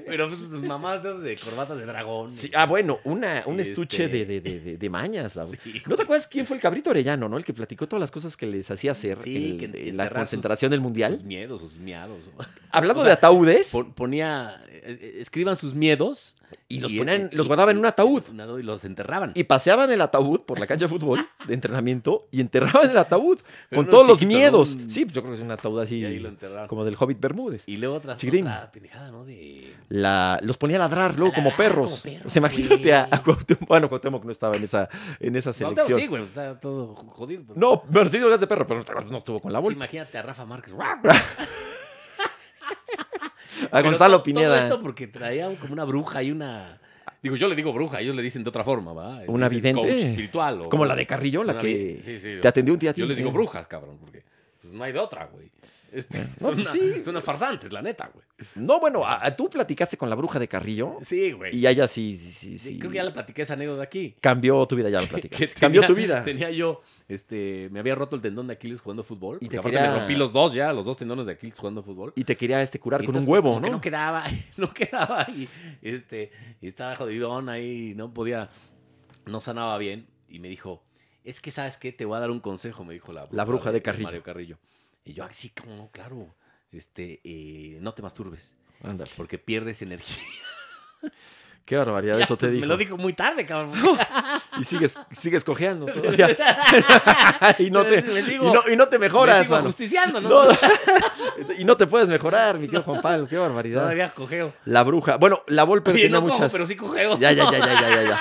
Speaker 2: Pero pues, tus mamás de esas de corbatas de dragón.
Speaker 1: Sí,
Speaker 2: güey.
Speaker 1: ah, bueno, una, un
Speaker 2: Y
Speaker 1: estuche
Speaker 2: este-
Speaker 1: de, de- de- de- de mañas. la-
Speaker 2: Sí,
Speaker 1: ¿No te acuerdas quién fue el cabrito orellano, no? El que platicó todas las cosas que les hacía hacer
Speaker 2: Sí,
Speaker 1: el-
Speaker 2: que
Speaker 1: en la
Speaker 2: enterrar
Speaker 1: concentración del
Speaker 2: Sus
Speaker 1: mundial?
Speaker 2: miedos, sus miados. ¿no?
Speaker 1: Hablando
Speaker 2: o sea,
Speaker 1: de ataúdes,
Speaker 2: Pon- ponía, eh, eh, escriban sus miedos.
Speaker 1: Y los ponían- los guardaban en un ataúd.
Speaker 2: Un ataúd e, Y los enterraban.
Speaker 1: y paseaban el ataúd por la cancha de fútbol de entrenamiento y enterraban el ataúd
Speaker 2: Pero
Speaker 1: con
Speaker 2: uno
Speaker 1: todos los
Speaker 2: chiquito, ¿no?
Speaker 1: miedos.
Speaker 2: Un-
Speaker 1: Sí, pues yo creo que es un ataúd así.
Speaker 2: Y ahí lo enterraron.
Speaker 1: como del Hobbit Bermúdez.
Speaker 2: Y luego otra,
Speaker 1: Chiquitín.
Speaker 2: otra pendejada, ¿no? De...
Speaker 1: La- los ponía a ladrar luego
Speaker 2: A
Speaker 1: como,
Speaker 2: ladrar
Speaker 1: perros.
Speaker 2: como perros,
Speaker 1: O sea, imagínate
Speaker 2: güey.
Speaker 1: a, a Cuauhtémoc. Bueno, Cuauhtémoc no estaba en esa, en esa
Speaker 2: Cuauhtémoc
Speaker 1: selección.
Speaker 2: Sí, güey, pues, está todo jodido. pero-
Speaker 1: No, Mercedes lo hace perro, pero no estuvo con la
Speaker 2: Sí,
Speaker 1: bolsa.
Speaker 2: imagínate a Rafa Márquez.
Speaker 1: a
Speaker 2: Pero
Speaker 1: Ah, Gonzalo
Speaker 2: to- Todo
Speaker 1: Pineda.
Speaker 2: esto porque traía como una bruja y una. Digo, yo le digo bruja, ellos le dicen de otra forma, ¿va?
Speaker 1: Una
Speaker 2: Dicen
Speaker 1: vidente.
Speaker 2: Coach espiritual. o-
Speaker 1: como la de Carrillo, la
Speaker 2: Una
Speaker 1: que
Speaker 2: vi- sí, sí,
Speaker 1: te atendió un día a ti.
Speaker 2: Yo les digo
Speaker 1: Eh,
Speaker 2: brujas, cabrón, porque pues, no hay de otra, güey. Este,
Speaker 1: No, pues
Speaker 2: son, una-
Speaker 1: sí.
Speaker 2: son unas farsantes, la neta, güey.
Speaker 1: No, bueno, a- a- tú platicaste con la bruja de Carrillo
Speaker 2: Sí, güey.
Speaker 1: y ella Pues sí, sí, sí. sí.
Speaker 2: Creo que ya le platiqué esa anécdota aquí.
Speaker 1: Cambió tu vida, ya la
Speaker 2: que
Speaker 1: platicaste.
Speaker 2: tenía-
Speaker 1: Cambió tu vida.
Speaker 2: Tenía yo, este, me había roto el tendón de Aquiles jugando fútbol.
Speaker 1: Y
Speaker 2: Y
Speaker 1: te
Speaker 2: te aparte
Speaker 1: quería-
Speaker 2: me rompí los dos ya, los dos tendones de Aquiles jugando fútbol.
Speaker 1: Y te quería este curar
Speaker 2: Y
Speaker 1: con un
Speaker 2: entonces,
Speaker 1: huevo,
Speaker 2: como que
Speaker 1: ¿no?
Speaker 2: no quedaba, no quedaba y este, y estaba jodidón ahí, no podía, no sanaba bien. Y me dijo, es que sabes qué, te voy a dar un consejo, me dijo la bruja, este,
Speaker 1: La bruja de Carrillo.
Speaker 2: Mario Carrillo. Y yo, así como no, claro, este, eh, no te masturbes,
Speaker 1: Ándale.
Speaker 2: porque pierdes energía.
Speaker 1: Qué barbaridad,
Speaker 2: Ya,
Speaker 1: eso te
Speaker 2: pues,
Speaker 1: dijo.
Speaker 2: Me lo dijo muy tarde, cabrón.
Speaker 1: Y sigues, sigues cojeando todavía. y, no te,
Speaker 2: Me
Speaker 1: y,
Speaker 2: sigo-
Speaker 1: no, y no te
Speaker 2: me
Speaker 1: mejoras,
Speaker 2: sigo
Speaker 1: mano.
Speaker 2: justiciando, ¿no?
Speaker 1: No. y no te puedes mejorar, mi querido Juan Pablo. Qué barbaridad.
Speaker 2: Todavía cojeo.
Speaker 1: La bruja. Bueno, la Volpe
Speaker 2: Oye,
Speaker 1: tenía
Speaker 2: no cojo,
Speaker 1: muchas.
Speaker 2: pero sí cojeo.
Speaker 1: Ya, ya, ya, ya, ya, ya, ya.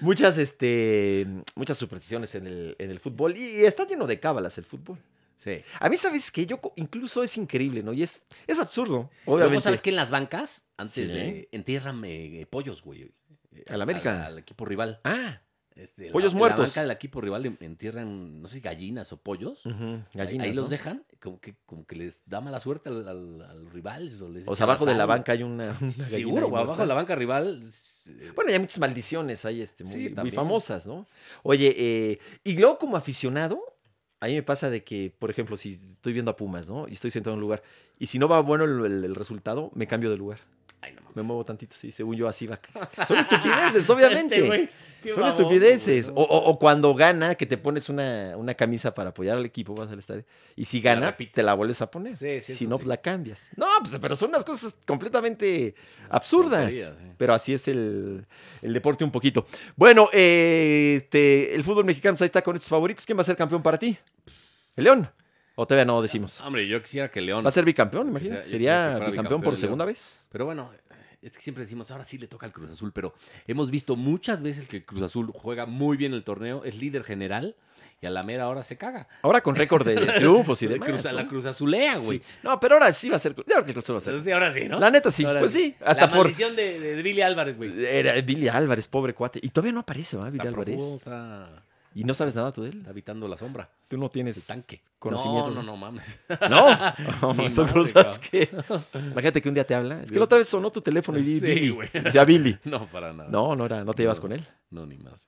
Speaker 1: Muchas, este, muchas supersticiones en el, en el fútbol. Y está lleno de cábalas el fútbol.
Speaker 2: Sí.
Speaker 1: A mí, ¿sabes qué? Yo co- incluso es increíble, ¿no? Y es, es absurdo,
Speaker 2: Luego,
Speaker 1: obviamente.
Speaker 2: ¿sabes que En las bancas, antes
Speaker 1: Sí.
Speaker 2: de... Entierrame eh, pollos, güey.
Speaker 1: Al América.
Speaker 2: Al, al equipo rival.
Speaker 1: Ah,
Speaker 2: Este,
Speaker 1: Pollos
Speaker 2: la,
Speaker 1: muertos.
Speaker 2: En la banca del equipo rival en- entierran, no sé, gallinas o pollos.
Speaker 1: ujú,
Speaker 2: Ahí-
Speaker 1: Mm, gallinas,
Speaker 2: Ahí
Speaker 1: ¿no?
Speaker 2: los dejan, como que, como que les da mala suerte al, al, al rival. O, les
Speaker 1: O
Speaker 2: echa
Speaker 1: sea, abajo de la
Speaker 2: sal.
Speaker 1: banca hay una. una gallina
Speaker 2: Seguro, güey,
Speaker 1: inmortal.
Speaker 2: abajo de la banca rival. eh,
Speaker 1: Bueno, y hay muchas maldiciones ahí, este,
Speaker 2: Sí,
Speaker 1: muy, muy
Speaker 2: también.
Speaker 1: famosas, ¿no? Oye, eh, y luego como aficionado, a mí me pasa de que, por ejemplo, si estoy viendo a Pumas, ¿no? Y estoy sentado en un lugar, y si no va bueno el, el- el resultado, me cambio de lugar.
Speaker 2: Ay, no mames.
Speaker 1: Me muevo tantito, sí, según yo así va. Son estupideces, obviamente.
Speaker 2: Este, güey, qué
Speaker 1: Son
Speaker 2: baboso,
Speaker 1: estupideces.
Speaker 2: güey,
Speaker 1: O,
Speaker 2: no.
Speaker 1: o- o cuando gana, que te pones una, una camisa para apoyar al equipo, vas al estadio. Y si
Speaker 2: La
Speaker 1: gana,
Speaker 2: repites.
Speaker 1: te la vuelves a poner.
Speaker 2: Sí, sí,
Speaker 1: si
Speaker 2: eso
Speaker 1: no,
Speaker 2: sí.
Speaker 1: la cambias. No, pues, pero son unas cosas completamente absurdas.
Speaker 2: tonterías, eh. sí.
Speaker 1: Pero así es el, el deporte un poquito. Bueno, eh, este, el fútbol mexicano pues, ahí está con estos favoritos. ¿Quién va a ser campeón para ti? ¿El León? O todavía no decimos.
Speaker 2: Hombre, yo quisiera que León.
Speaker 1: ¿Va a ser bicampeón? Imagínate.
Speaker 2: Yo creo que
Speaker 1: ¿Sería
Speaker 2: fuera
Speaker 1: bicampeón,
Speaker 2: bicampeón
Speaker 1: por
Speaker 2: el León.
Speaker 1: segunda vez?
Speaker 2: Pero bueno, es que siempre decimos, ahora sí le toca al Cruz Azul, pero hemos visto muchas veces que el Cruz Azul juega muy bien el torneo, es líder general y a la mera hora se caga.
Speaker 1: Ahora con récord de triunfos y
Speaker 2: Le
Speaker 1: demás.
Speaker 2: cruza-
Speaker 1: ¿no?
Speaker 2: La Cruz Azulea, güey.
Speaker 1: Sí. No, pero ahora sí va a ser. Yo creo que el Cruz Azul va a ser.
Speaker 2: Entonces, ahora sí, ¿no?
Speaker 1: La neta sí,
Speaker 2: Ahora
Speaker 1: pues sí, hasta
Speaker 2: la
Speaker 1: por-
Speaker 2: maldición de, de Billy Álvarez, güey.
Speaker 1: Era Billy Álvarez, pobre cuate. Y todavía no aparece, ¿va? Billy
Speaker 2: Está
Speaker 1: Álvarez.
Speaker 2: profundo, está,
Speaker 1: Y no sabes nada tú de
Speaker 2: está
Speaker 1: él.
Speaker 2: habitando la sombra,
Speaker 1: Tú no
Speaker 2: el
Speaker 1: tienes
Speaker 2: tanque.
Speaker 1: conocimiento.
Speaker 2: No, no, no, mames.
Speaker 1: No,
Speaker 2: Ni
Speaker 1: son
Speaker 2: madre,
Speaker 1: cosas que. Imagínate que un día te habla. Es que la otra vez sonó tu teléfono y di
Speaker 2: Sí,
Speaker 1: Billy.
Speaker 2: güey.
Speaker 1: Decía Billy.
Speaker 2: No, para nada.
Speaker 1: No, no era, no te llevas con él.
Speaker 2: No, ni más.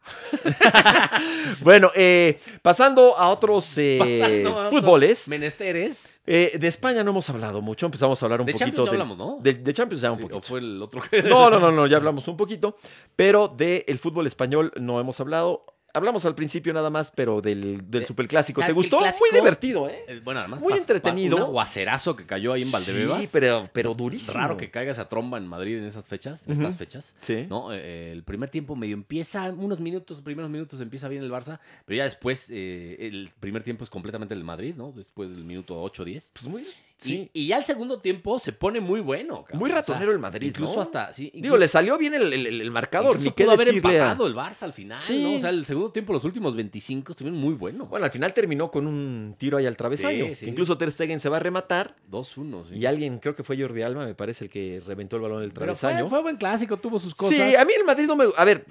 Speaker 1: Bueno, eh, pasando a otros eh, fútboles.
Speaker 2: Menesteres.
Speaker 1: eh, de España no hemos hablado mucho. Empezamos a hablar un
Speaker 2: De
Speaker 1: poquito
Speaker 2: Champions ya
Speaker 1: del-
Speaker 2: hablamos, ¿no?
Speaker 1: de, de Champions ya un
Speaker 2: Sí,
Speaker 1: poquito.
Speaker 2: o fue el otro que...
Speaker 1: No, no, no, no, ya hablamos un poquito, pero del fútbol español no hemos hablado. Hablamos al principio nada más, pero del, del
Speaker 2: Eh,
Speaker 1: superclásico. ¿Te
Speaker 2: ¿sabes qué
Speaker 1: gustó?
Speaker 2: clásico?
Speaker 1: Muy divertido, ¿eh?
Speaker 2: Eh, Bueno, además
Speaker 1: Muy
Speaker 2: pas- pa-
Speaker 1: entretenido.
Speaker 2: Un aguacerazo que cayó ahí en Valdebebas.
Speaker 1: Sí, pero, pero durísimo.
Speaker 2: Raro que caiga esa tromba en Madrid en esas fechas, en estas
Speaker 1: Ujú.
Speaker 2: fechas.
Speaker 1: Sí.
Speaker 2: ¿no? Eh, el primer tiempo medio empieza, unos minutos, primeros minutos empieza bien el Barça, pero ya después eh, el primer tiempo es completamente el Madrid, ¿no? Después del minuto 8 10.
Speaker 1: Pues muy.
Speaker 2: Y-
Speaker 1: Sí.
Speaker 2: Y, ya el segundo tiempo se pone muy bueno. cabrón.
Speaker 1: Muy
Speaker 2: O sea,
Speaker 1: ratonero el Madrid,
Speaker 2: Incluso
Speaker 1: ¿no?
Speaker 2: hasta, sí.
Speaker 1: Digo,
Speaker 2: incluso-
Speaker 1: le salió bien el, el- el- el marcador,
Speaker 2: incluso
Speaker 1: ni qué
Speaker 2: pudo haber
Speaker 1: decirle. a-
Speaker 2: empatado el Barça al final,
Speaker 1: Sí.
Speaker 2: ¿no? O sea, el segundo tiempo, los últimos 25 estuvieron muy buenos.
Speaker 1: Bueno, al final terminó con un tiro ahí al travesaño.
Speaker 2: Sí, sí.
Speaker 1: que Incluso Ter Stegen se va a rematar
Speaker 2: 2-1, sí.
Speaker 1: y alguien, creo que fue Jordi Alba, me parece, el que reventó el balón del
Speaker 2: Pero fue,
Speaker 1: travesaño.
Speaker 2: fue buen clásico, tuvo sus cosas.
Speaker 1: Sí, a mí el Madrid no me. A ver,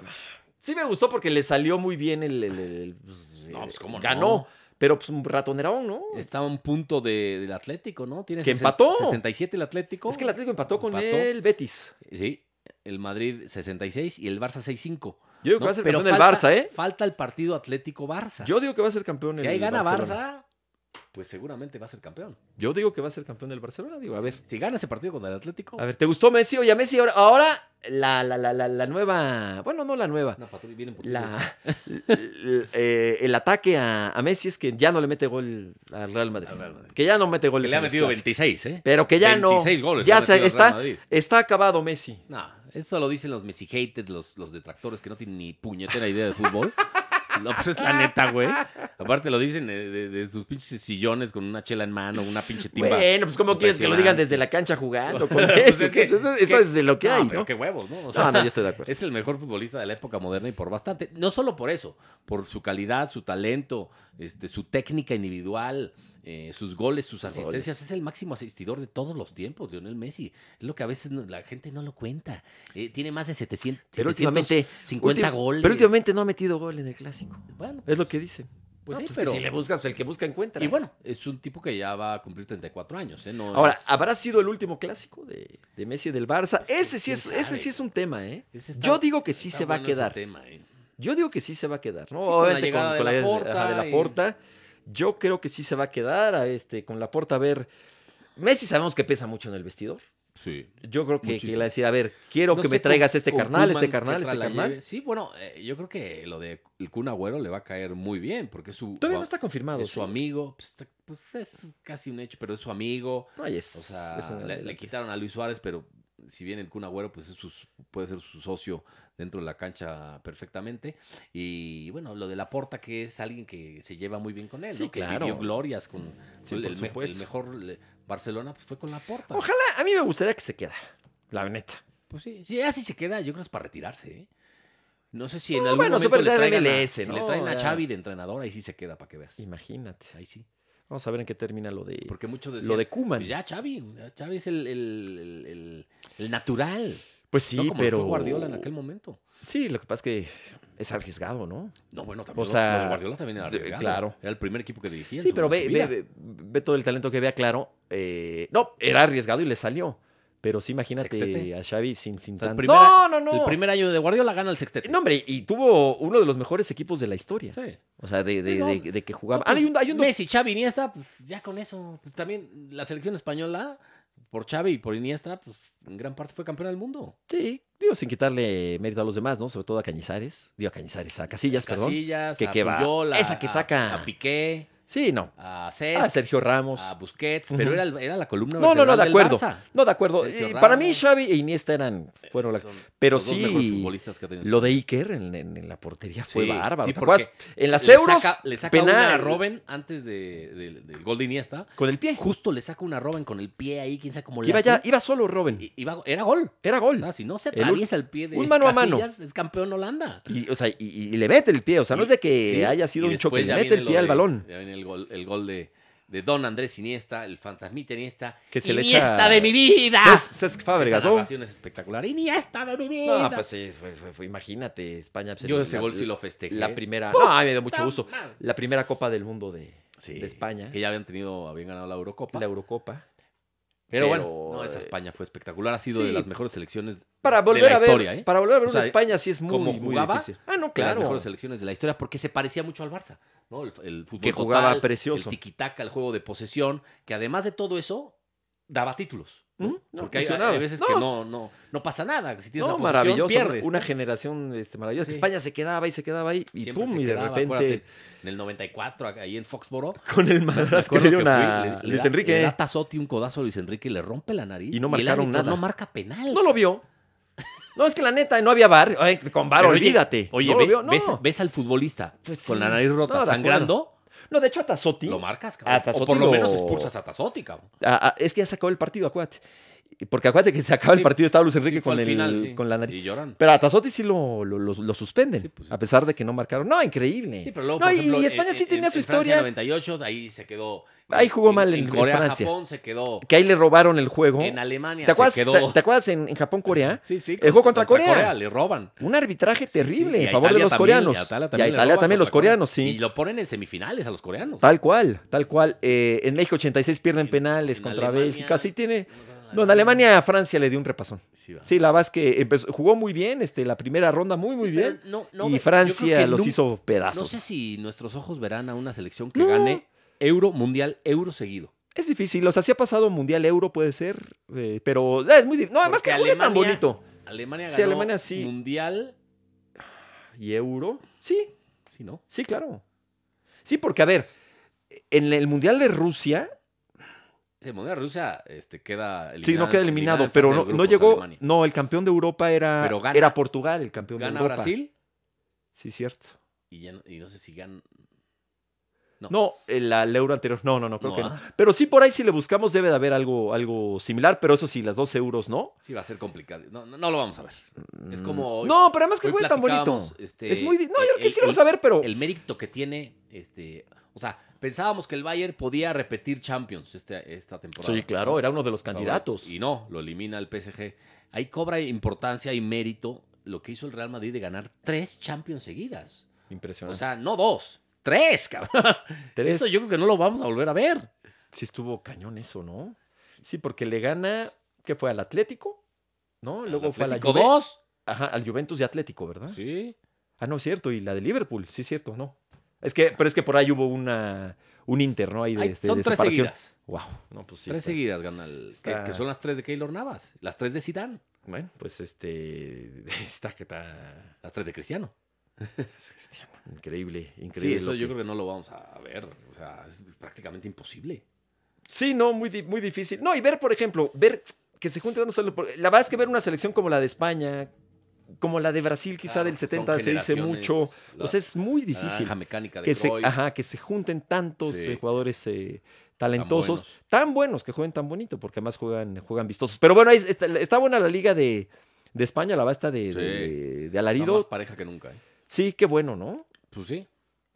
Speaker 1: sí me gustó porque le salió muy bien el. el- el- el- pues,
Speaker 2: No, pues, ¿cómo no?
Speaker 1: Ganó. Pero pues un ratonerón, ¿no?
Speaker 2: Estaba a un punto de- del Atlético, ¿no? Tiene
Speaker 1: Que
Speaker 2: sesen-
Speaker 1: empató.
Speaker 2: 67 el Atlético.
Speaker 1: Es que el Atlético empató con
Speaker 2: Empató.
Speaker 1: el Betis.
Speaker 2: Sí, el Madrid 66 y el Barça 6-5.
Speaker 1: Yo digo que
Speaker 2: ¿no?
Speaker 1: va a ser
Speaker 2: Pero
Speaker 1: campeón
Speaker 2: falta-
Speaker 1: el Barça, ¿eh?
Speaker 2: Falta el partido Atlético-Barça.
Speaker 1: Yo digo que va a ser campeón
Speaker 2: Si
Speaker 1: el
Speaker 2: ahí gana
Speaker 1: Barcelona.
Speaker 2: Barça, pues seguramente va a ser campeón.
Speaker 1: Yo digo que va a ser campeón del Barcelona. Digo, a ver.
Speaker 2: Si gana ese partido contra el Atlético,
Speaker 1: A ver, ¿te gustó Messi? Oye, a Messi ahora, ahora la, la, la, la, la nueva. Bueno, no la nueva.
Speaker 2: una patrulla viene por ti.
Speaker 1: La, l- eh, el ataque a, a Messi es que ya no le mete gol al Real Madrid.
Speaker 2: Al Real Madrid.
Speaker 1: Que ya no mete
Speaker 2: Que
Speaker 1: goles.
Speaker 2: le ha
Speaker 1: en los
Speaker 2: metido
Speaker 1: clásicos.
Speaker 2: 26, ¿eh?
Speaker 1: Pero que ya no.
Speaker 2: 26 goles le
Speaker 1: ya
Speaker 2: ha
Speaker 1: se,
Speaker 2: metido al Real
Speaker 1: está,
Speaker 2: Madrid.
Speaker 1: está acabado Messi.
Speaker 2: No, eso lo dicen los Messi haters, los, los detractores que no tienen ni puñetera idea de fútbol. No, pues es la neta, güey. Aparte lo dicen eh, de, de sus pinches sillones con una chela en mano, una pinche timba.
Speaker 1: Bueno, pues ¿cómo quieres que lo digan desde la cancha jugando? con
Speaker 2: Pues
Speaker 1: eso?
Speaker 2: es que-
Speaker 1: eso eso es de lo que
Speaker 2: No,
Speaker 1: hay,
Speaker 2: pero
Speaker 1: ¿no? Ah,
Speaker 2: qué huevos, ¿no? O sea,
Speaker 1: No, no, yo estoy de acuerdo.
Speaker 2: Es el mejor futbolista de la época moderna y por bastante. No solo por eso, por su calidad, su talento, este, su técnica individual, eh, sus goles, sus asistencias.
Speaker 1: Goles.
Speaker 2: Es el máximo asistidor de todos los tiempos, Lionel Messi. Es lo que a veces no- la gente no lo cuenta. Eh, tiene más de 700,
Speaker 1: Pero últimamente,
Speaker 2: 750
Speaker 1: últim-
Speaker 2: goles.
Speaker 1: Pero últimamente no ha metido gol en el clásico.
Speaker 2: Bueno,
Speaker 1: Es lo que dicen. No,
Speaker 2: pues sí,
Speaker 1: pues que
Speaker 2: pero...
Speaker 1: si le buscas, el que busca encuentra.
Speaker 2: y bueno, es un tipo que ya va a cumplir 34 años, ¿eh? No
Speaker 1: Ahora,
Speaker 2: es-
Speaker 1: ¿habrá sido el último clásico de, de Messi del Barça?
Speaker 2: Pues,
Speaker 1: Ese sí
Speaker 2: quién
Speaker 1: es,
Speaker 2: sabe,
Speaker 1: ese sí es un tema, ¿eh?
Speaker 2: Ese está-
Speaker 1: Yo digo que sí
Speaker 2: está
Speaker 1: se va a
Speaker 2: bueno ese
Speaker 1: quedar.
Speaker 2: tema, ¿eh?
Speaker 1: Yo digo que sí se va a quedar, ¿no?
Speaker 2: Sí, con la
Speaker 1: Obviamente con,
Speaker 2: llegada de
Speaker 1: con la
Speaker 2: la
Speaker 1: ajá, de la,
Speaker 2: Porta y-
Speaker 1: Porta. Yo creo que sí se va a quedar a este, con la Porta. A ver, Messi sabemos que pesa mucho en el vestidor.
Speaker 2: Sí.
Speaker 1: Yo creo que, que le
Speaker 2: Muchísimo.
Speaker 1: va a decir, a ver, quiero
Speaker 2: No
Speaker 1: que
Speaker 2: sé
Speaker 1: me
Speaker 2: con-
Speaker 1: traigas este
Speaker 2: con
Speaker 1: carnal,
Speaker 2: Koeman
Speaker 1: este
Speaker 2: qué
Speaker 1: carnal,
Speaker 2: tal
Speaker 1: este
Speaker 2: la
Speaker 1: carnal.
Speaker 2: lleve. Sí, bueno, eh, yo creo que lo de el Kun Agüero le va a caer muy bien, porque es su,
Speaker 1: Todavía no
Speaker 2: va-
Speaker 1: está confirmado.
Speaker 2: es
Speaker 1: sí.
Speaker 2: su amigo, pues, está- pues, es casi un hecho, pero es su amigo.
Speaker 1: No, y es,
Speaker 2: O sea,
Speaker 1: es un-
Speaker 2: le, le quitaron a Luis Suárez, pero si bien el Kun Agüero pues es sus- puede ser su socio dentro de la cancha perfectamente. Y bueno, lo de Laporta, que es alguien que se lleva muy bien con él,
Speaker 1: Sí,
Speaker 2: ¿no? Que
Speaker 1: claro.
Speaker 2: vivió glorias con
Speaker 1: Sí, por
Speaker 2: el, el me- el
Speaker 1: supuesto.
Speaker 2: mejor le- Barcelona, pues fue con Laporta.
Speaker 1: Ojalá, a mí me gustaría que se quedara, la neta.
Speaker 2: Pues sí, sí, así se queda, yo creo que es para retirarse, ¿eh? No sé si en algún
Speaker 1: bueno, se
Speaker 2: momento le
Speaker 1: puede
Speaker 2: traigan,
Speaker 1: quedar en
Speaker 2: a,
Speaker 1: MLS,
Speaker 2: si
Speaker 1: ¿no?
Speaker 2: le traen a
Speaker 1: Ya.
Speaker 2: Xavi de entrenador, ahí sí se queda para que veas.
Speaker 1: Imagínate.
Speaker 2: Ahí sí.
Speaker 1: Vamos a ver en qué termina lo de,
Speaker 2: Porque muchos decían,
Speaker 1: lo de Kuman.
Speaker 2: pues ya Xavi, ya Xavi es el, el- el- el- el natural.
Speaker 1: Pues sí,
Speaker 2: no como
Speaker 1: pero.
Speaker 2: fue Guardiola en aquel momento.
Speaker 1: Sí, lo que pasa es que es arriesgado, ¿no?
Speaker 2: No, bueno,
Speaker 1: O
Speaker 2: también lo-
Speaker 1: sea,
Speaker 2: lo de Guardiola también era
Speaker 1: de-
Speaker 2: arriesgado.
Speaker 1: claro.
Speaker 2: Era el primer equipo que dirigía. en
Speaker 1: Sí,
Speaker 2: su-
Speaker 1: pero
Speaker 2: en
Speaker 1: ve,
Speaker 2: su
Speaker 1: ve,
Speaker 2: vida.
Speaker 1: ve, ve todo el talento que vea claro. Eh, no, era arriesgado y le salió. Pero sí, imagínate
Speaker 2: Sextete.
Speaker 1: a Xavi sin, sin
Speaker 2: O sea, el
Speaker 1: tanto.
Speaker 2: primer-
Speaker 1: no, no, no.
Speaker 2: El primer año de Guardiola gana el sexteto.
Speaker 1: No, hombre, y tuvo uno de los mejores equipos de la historia.
Speaker 2: Sí.
Speaker 1: O sea, de, de-
Speaker 2: Sí, no.
Speaker 1: de- de que jugaba.
Speaker 2: No, pues,
Speaker 1: Ah, hay un, hay un doc-
Speaker 2: Messi, Xavi, Iniesta, pues ya con eso. Pues también la selección española, por Xavi y por Iniesta, pues en gran parte fue campeona del mundo.
Speaker 1: Sí, digo, sin quitarle mérito a los demás, ¿no? Sobre todo a Cañizares. Digo, a Cañizares, a Casillas, Ah, perdón.
Speaker 2: Casillas,
Speaker 1: Que-
Speaker 2: a
Speaker 1: que va.
Speaker 2: Puyol, a-
Speaker 1: Esa que
Speaker 2: a-
Speaker 1: saca.
Speaker 2: A Piqué,
Speaker 1: Sí, no.
Speaker 2: a
Speaker 1: A
Speaker 2: Cesc,
Speaker 1: Sergio Ramos.
Speaker 2: a Busquets, pero
Speaker 1: Ujú.
Speaker 2: era, el- era la columna
Speaker 1: No, no, no,
Speaker 2: vertebral
Speaker 1: de
Speaker 2: del
Speaker 1: acuerdo.
Speaker 2: Barça.
Speaker 1: No, de acuerdo.
Speaker 2: Sergio
Speaker 1: Eh, para mí,
Speaker 2: Ramos.
Speaker 1: Xavi e Iniesta eran. Fueron la-
Speaker 2: Son
Speaker 1: pero
Speaker 2: los dos
Speaker 1: sí-
Speaker 2: mejores futbolistas que ha tenido
Speaker 1: Lo de Iker en, en- en la portería fue
Speaker 2: Sí,
Speaker 1: bárbaro.
Speaker 2: sí,
Speaker 1: ¿te
Speaker 2: porque
Speaker 1: acuerdas? En las
Speaker 2: le
Speaker 1: euros,
Speaker 2: Saca, le saca
Speaker 1: penal.
Speaker 2: una a Robben antes de- del- del gol de Iniesta.
Speaker 1: con el pie.
Speaker 2: Justo le saca una Robben con el pie ahí, quién sabe cómo
Speaker 1: Que
Speaker 2: le
Speaker 1: iba,
Speaker 2: hace.
Speaker 1: ya- iba solo Robin.
Speaker 2: Y- y va- era gol.
Speaker 1: Era
Speaker 2: O
Speaker 1: gol.
Speaker 2: sea, si no se
Speaker 1: El ul-
Speaker 2: atraviesa el, pie de
Speaker 1: un mano a mano.
Speaker 2: Casillas, es campeón Holanda.
Speaker 1: Y, o sea, y, y le mete el pie. O sea, no es de que
Speaker 2: Sí,
Speaker 1: haya sido
Speaker 2: y
Speaker 1: un choque. Le
Speaker 2: después ya
Speaker 1: mete
Speaker 2: viene
Speaker 1: el
Speaker 2: lo
Speaker 1: pie al
Speaker 2: de-
Speaker 1: balón.
Speaker 2: Ya viene el gol, el gol de, de Don Andrés Iniesta, el fantasmita Iniesta.
Speaker 1: Que se le echa-
Speaker 2: ¡Iniesta de mi vida!
Speaker 1: Cesc Cesc Fábregas,
Speaker 2: Esa
Speaker 1: ¿no?
Speaker 2: narración es espectacular. ¡Iniesta de mi
Speaker 1: No,
Speaker 2: vida!
Speaker 1: pues sí, fue- fue- fue- imagínate, España. pues,
Speaker 2: Yo
Speaker 1: la-
Speaker 2: ese gol sí lo festejé.
Speaker 1: La primera. No, ay, me dio mucho gusto.
Speaker 2: madre!
Speaker 1: La primera Copa del Mundo de,
Speaker 2: Sí,
Speaker 1: de España.
Speaker 2: Que ya habían tenido, habían ganado la Eurocopa.
Speaker 1: La Eurocopa.
Speaker 2: Pero, bueno,
Speaker 1: Pero,
Speaker 2: no, esa
Speaker 1: eh,
Speaker 2: España fue espectacular. Ha sido
Speaker 1: sí.
Speaker 2: de las mejores selecciones.
Speaker 1: Para
Speaker 2: de
Speaker 1: volver
Speaker 2: la
Speaker 1: a ver.
Speaker 2: historia, ¿eh?
Speaker 1: Para volver a ver
Speaker 2: O
Speaker 1: una
Speaker 2: sea,
Speaker 1: España sí es muy,
Speaker 2: como
Speaker 1: muy
Speaker 2: jugaba,
Speaker 1: difícil. Ah, no,
Speaker 2: de Las
Speaker 1: claro.
Speaker 2: mejores selecciones de la historia porque se parecía mucho al Barça. ¿no? El, el fútbol
Speaker 1: Que jugaba
Speaker 2: total,
Speaker 1: precioso.
Speaker 2: El tiquitaca, el juego de posesión. Que además de todo eso, daba títulos. ¿no?
Speaker 1: Ujú, no,
Speaker 2: porque hay,
Speaker 1: funcionaba.
Speaker 2: hay veces que no, no, no pasa nada. que pues, Si tienes
Speaker 1: No,
Speaker 2: la posesión,
Speaker 1: maravilloso.
Speaker 2: pierdes.
Speaker 1: una
Speaker 2: ¿no?
Speaker 1: generación este, maravillosa. que
Speaker 2: Sí.
Speaker 1: España se quedaba y se quedaba ahí. Y
Speaker 2: Siempre
Speaker 1: pum,
Speaker 2: se
Speaker 1: y de
Speaker 2: quedaba,
Speaker 1: repente
Speaker 2: acuérdate, en el 94, ahí en Foxboro.
Speaker 1: con el madrazo que le dieron a Luis Enrique. ¿eh?
Speaker 2: Le da tazote un codazo a Luis Enrique y le rompe la nariz.
Speaker 1: Y no
Speaker 2: el
Speaker 1: marcaron
Speaker 2: árbitro
Speaker 1: nada.
Speaker 2: No marca penal.
Speaker 1: No lo vio. No, es que la neta, no había bar. Ay, con bar,
Speaker 2: Pero oye,
Speaker 1: olvídate.
Speaker 2: Oye,
Speaker 1: no lo
Speaker 2: ve-
Speaker 1: vio, no.
Speaker 2: ves, ves al futbolista
Speaker 1: Pues
Speaker 2: con
Speaker 1: sí.
Speaker 2: la nariz rota
Speaker 1: No, de
Speaker 2: sangrando,
Speaker 1: No, de hecho, a Tazotti.
Speaker 2: lo marcas,
Speaker 1: A
Speaker 2: cabrón.
Speaker 1: Tazotti
Speaker 2: o por lo,
Speaker 1: lo-
Speaker 2: menos expulsas a Tazotti, cabrón.
Speaker 1: a- a- es que ya se acabó el partido, acuérdate. Porque acuérdate que se acaba el
Speaker 2: Sí,
Speaker 1: partido, estaba Luis
Speaker 2: Sí,
Speaker 1: Enrique
Speaker 2: fue
Speaker 1: con,
Speaker 2: al
Speaker 1: el,
Speaker 2: final, sí.
Speaker 1: con la nariz.
Speaker 2: Y lloran.
Speaker 1: Pero a Tazotti sí lo, lo, lo- lo suspenden,
Speaker 2: Sí, pues sí.
Speaker 1: a pesar de que no marcaron. No, increíble.
Speaker 2: Sí, pero luego,
Speaker 1: No,
Speaker 2: por
Speaker 1: y-
Speaker 2: ejemplo,
Speaker 1: y España
Speaker 2: en-
Speaker 1: sí
Speaker 2: en-
Speaker 1: tenía su
Speaker 2: en Francia
Speaker 1: historia.
Speaker 2: 98, ahí se quedó.
Speaker 1: Ahí jugó mal en- en
Speaker 2: Corea,
Speaker 1: Francia.
Speaker 2: Japón se quedó.
Speaker 1: Que ahí le robaron el juego.
Speaker 2: En Alemania
Speaker 1: ¿Te acuerdas,
Speaker 2: se quedó.
Speaker 1: te- te acuerdas en, en Japón-Corea?
Speaker 2: Sí, sí.
Speaker 1: El juego contra Corea.
Speaker 2: le roban.
Speaker 1: Un arbitraje
Speaker 2: Sí, sí,
Speaker 1: terrible
Speaker 2: y
Speaker 1: en favor de
Speaker 2: Italia
Speaker 1: los
Speaker 2: también,
Speaker 1: coreanos.
Speaker 2: Y a Italia
Speaker 1: y a
Speaker 2: también, le
Speaker 1: Italia
Speaker 2: roban
Speaker 1: también los
Speaker 2: contra Corea.
Speaker 1: coreanos, sí. Ah,
Speaker 2: Y lo ponen en semifinales a los coreanos.
Speaker 1: Tal cual, tal cual. Eh, en México 86 pierden
Speaker 2: En-
Speaker 1: penales
Speaker 2: en
Speaker 1: contra
Speaker 2: Alemania-
Speaker 1: Bélgica. Sí tiene. No, en Alemania a Francia le dio un repasón.
Speaker 2: Sí, va.
Speaker 1: Sí, la verdad es que empezó- jugó muy bien este, la primera ronda, muy, muy
Speaker 2: Sí, pero
Speaker 1: bien.
Speaker 2: no- no ve-
Speaker 1: y
Speaker 2: yo creo
Speaker 1: Francia
Speaker 2: que
Speaker 1: los
Speaker 2: nunca-
Speaker 1: hizo pedazos.
Speaker 2: No sé si nuestros ojos verán a una selección que
Speaker 1: No.
Speaker 2: gane euro, mundial, euro seguido.
Speaker 1: Es difícil, los hacía pasado Mundial Euro, puede ser, eh, pero eh, es muy difícil. No, además que
Speaker 2: Porque
Speaker 1: juega tan
Speaker 2: Alemania-
Speaker 1: bonito.
Speaker 2: Alemania ganó
Speaker 1: Sí, Alemania sí.
Speaker 2: mundial.
Speaker 1: ¿Y Euro? Sí,
Speaker 2: Sí, ¿no?
Speaker 1: sí, claro. Sí, porque a ver, en el Mundial de Rusia,
Speaker 2: Sí, mundial Rusia este, queda eliminado.
Speaker 1: sí, no queda eliminado,
Speaker 2: en
Speaker 1: pero
Speaker 2: fase
Speaker 1: no,
Speaker 2: de
Speaker 1: no
Speaker 2: grupos
Speaker 1: llegó.
Speaker 2: Alemania.
Speaker 1: No, el campeón de Europa era,
Speaker 2: Pero gana-
Speaker 1: era Portugal, el campeón de
Speaker 2: Gana
Speaker 1: Europa.
Speaker 2: Brasil
Speaker 1: Sí, cierto.
Speaker 2: y, ya no, y no sé si ganan.
Speaker 1: No, el, la- el euro anterior. No, no, no, creo
Speaker 2: No,
Speaker 1: que no.
Speaker 2: ¿ah?
Speaker 1: Pero sí, por ahí, si le buscamos, debe de haber algo, algo similar. Pero eso sí, las dos euros, ¿no?
Speaker 2: Sí, va a ser complicado. No, no, no lo vamos a ver. Es como. hoy-
Speaker 1: Mm. no, pero además que
Speaker 2: hoy
Speaker 1: fue tan bonito.
Speaker 2: platicábamos, este,
Speaker 1: es muy. di- No, yo creo que
Speaker 2: el-
Speaker 1: sí lo
Speaker 2: el-
Speaker 1: vas a ver, pero.
Speaker 2: El mérito que tiene. este O sea, pensábamos que el Bayern podía repetir Champions este, esta temporada.
Speaker 1: Sí, claro, era uno de los candidatos.
Speaker 2: Y no, lo elimina el PSG. Ahí cobra importancia y mérito lo que hizo el Real Madrid de ganar tres Champions seguidas. O
Speaker 1: Impresionante.
Speaker 2: sea, no dos, tres, cabrón.
Speaker 1: Tres-
Speaker 2: Eso yo creo que no lo vamos a volver a ver.
Speaker 1: Sí estuvo cañón eso, ¿no? Sí, porque le gana, ¿qué fue? Al Atlético, ¿no? Luego fue a la
Speaker 2: Atlético
Speaker 1: Juve-
Speaker 2: dos.
Speaker 1: Ajá, al Juventus y Atlético, ¿verdad?
Speaker 2: Sí.
Speaker 1: Ah, no, es cierto, y la de Liverpool, sí es cierto, ¿no? Es que, pero es que por ahí hubo una, un Inter, ¿no? Ahí de,
Speaker 2: Ay,
Speaker 1: de-
Speaker 2: son
Speaker 1: de
Speaker 2: tres
Speaker 1: separación.
Speaker 2: seguidas.
Speaker 1: Wow, no, pues sí.
Speaker 2: tres
Speaker 1: está-
Speaker 2: seguidas gana el.
Speaker 1: Está-
Speaker 2: Que, que son las tres de Keylor Navas. Las tres de Zidane.
Speaker 1: Bueno, pues este, está que está
Speaker 2: Las tres de Cristiano.
Speaker 1: increíble, increíble.
Speaker 2: Sí, eso
Speaker 1: lo
Speaker 2: yo
Speaker 1: que-
Speaker 2: creo que no lo vamos a ver. O sea, es prácticamente imposible.
Speaker 1: Sí, no, muy, di- muy difícil. No, y ver, por ejemplo, ver que se junten dando solo por- La verdad es que ver una selección como la de España, como la de Brasil quizá
Speaker 2: Claro,
Speaker 1: del
Speaker 2: son
Speaker 1: 70 se dice mucho.
Speaker 2: generaciones, la-
Speaker 1: O sea, es muy
Speaker 2: La
Speaker 1: difícil
Speaker 2: naranja mecánica de
Speaker 1: que se,
Speaker 2: Cruyff.
Speaker 1: ajá, que se junten tantos
Speaker 2: Sí.
Speaker 1: eh, jugadores eh, talentosos, tan
Speaker 2: buenos.
Speaker 1: buenos. que jueguen tan bonito, porque además juegan, juegan vistosos. Pero bueno, ahí está, está buena la liga de, de España, la basta de,
Speaker 2: Sí.
Speaker 1: de- de
Speaker 2: Está
Speaker 1: Alarido.
Speaker 2: más pareja que nunca. ¿eh?
Speaker 1: Sí, qué bueno, ¿no?
Speaker 2: Pues sí.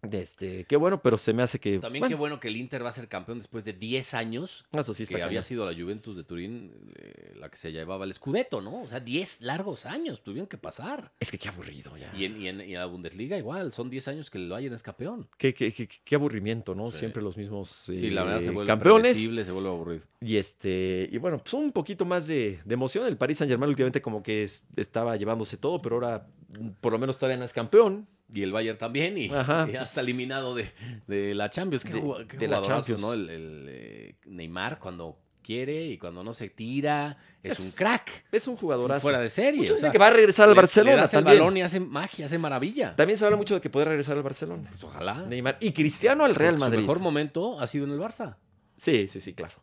Speaker 1: De Este, qué bueno, pero se me hace que.
Speaker 2: También qué
Speaker 1: bueno,
Speaker 2: bueno que el Inter va a ser campeón después de 10 años.
Speaker 1: Eso sí está
Speaker 2: que había
Speaker 1: cañón.
Speaker 2: sido la Juventus de Turín eh, la que se llevaba el Scudetto, ¿no? O sea, 10 largos años tuvieron que pasar.
Speaker 1: Es que qué aburrido ya.
Speaker 2: Y en, y en- y en la Bundesliga igual, son 10 años que el Bayern es campeón.
Speaker 1: Qué, qué- qué- qué aburrimiento, ¿no?
Speaker 2: Sí.
Speaker 1: Siempre los mismos
Speaker 2: Sí, la verdad
Speaker 1: eh,
Speaker 2: se vuelve
Speaker 1: campeones.
Speaker 2: impredecible, se vuelve aburrido.
Speaker 1: Y este, y bueno, pues un poquito más de, de emoción. El Paris Saint Germain últimamente como que es- estaba llevándose todo, pero ahora mm, por lo menos todavía no es campeón.
Speaker 2: Y el Bayern también, y,
Speaker 1: Ajá,
Speaker 2: y ya
Speaker 1: pues.
Speaker 2: está eliminado de, de la Champions. Qué,
Speaker 1: De-
Speaker 2: ju- qué
Speaker 1: de la
Speaker 2: jugadorazos,
Speaker 1: Champions.
Speaker 2: ¿no? El, el, eh, Neymar cuando quiere y cuando no se tira, es,
Speaker 1: Es
Speaker 2: un crack.
Speaker 1: Es un
Speaker 2: Es un
Speaker 1: jugadorazo.
Speaker 2: fuera de serie.
Speaker 1: Muchos
Speaker 2: o sea,
Speaker 1: dicen que va a regresar al
Speaker 2: le-
Speaker 1: Barcelona
Speaker 2: le das el
Speaker 1: también.
Speaker 2: balón y hace magia, hace maravilla.
Speaker 1: También se habla mucho de que puede regresar al Barcelona.
Speaker 2: Pues ojalá.
Speaker 1: Neymar y Cristiano al Real
Speaker 2: Porque
Speaker 1: Madrid.
Speaker 2: Su mejor momento ha sido en el Barça.
Speaker 1: Sí, sí, sí, claro.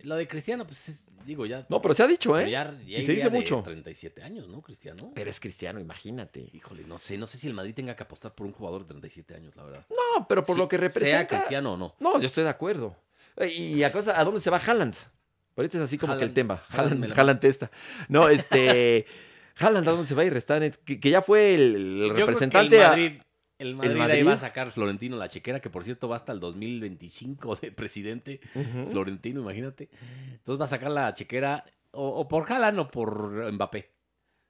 Speaker 2: La de Cristiano, pues es- digo, ya.
Speaker 1: No, pero se ha dicho,
Speaker 2: pero
Speaker 1: ¿eh?
Speaker 2: ya- ya
Speaker 1: Y se
Speaker 2: iría
Speaker 1: dice
Speaker 2: de
Speaker 1: mucho.
Speaker 2: 37 años, ¿no, Cristiano?
Speaker 1: Pero es Cristiano, imagínate.
Speaker 2: Híjole, no sé, no sé si el Madrid tenga que apostar por un jugador de 37 años, la verdad.
Speaker 1: No, pero por
Speaker 2: Si-
Speaker 1: lo que
Speaker 2: Sea
Speaker 1: representa.
Speaker 2: Cristiano o no.
Speaker 1: No, yo estoy de acuerdo. Eh, Y a cosa, ¿a dónde se va Haaland? Ahorita es así como que el
Speaker 2: Haaland,
Speaker 1: tema.
Speaker 2: Haaland
Speaker 1: Haaland,
Speaker 2: me la-
Speaker 1: Haaland esta. No, este. Haaland, ¿a dónde se va a ir? Está en el- que, que ya fue el, el
Speaker 2: Yo creo que
Speaker 1: representante. a-
Speaker 2: el Madrid, el Madrid ahí
Speaker 1: Madrid-
Speaker 2: va a sacar Florentino la chequera, que por cierto va hasta el 2025 de presidente.
Speaker 1: Ujú.
Speaker 2: Florentino, imagínate. Entonces va a sacar la chequera o, o por Haaland o por Mbappé.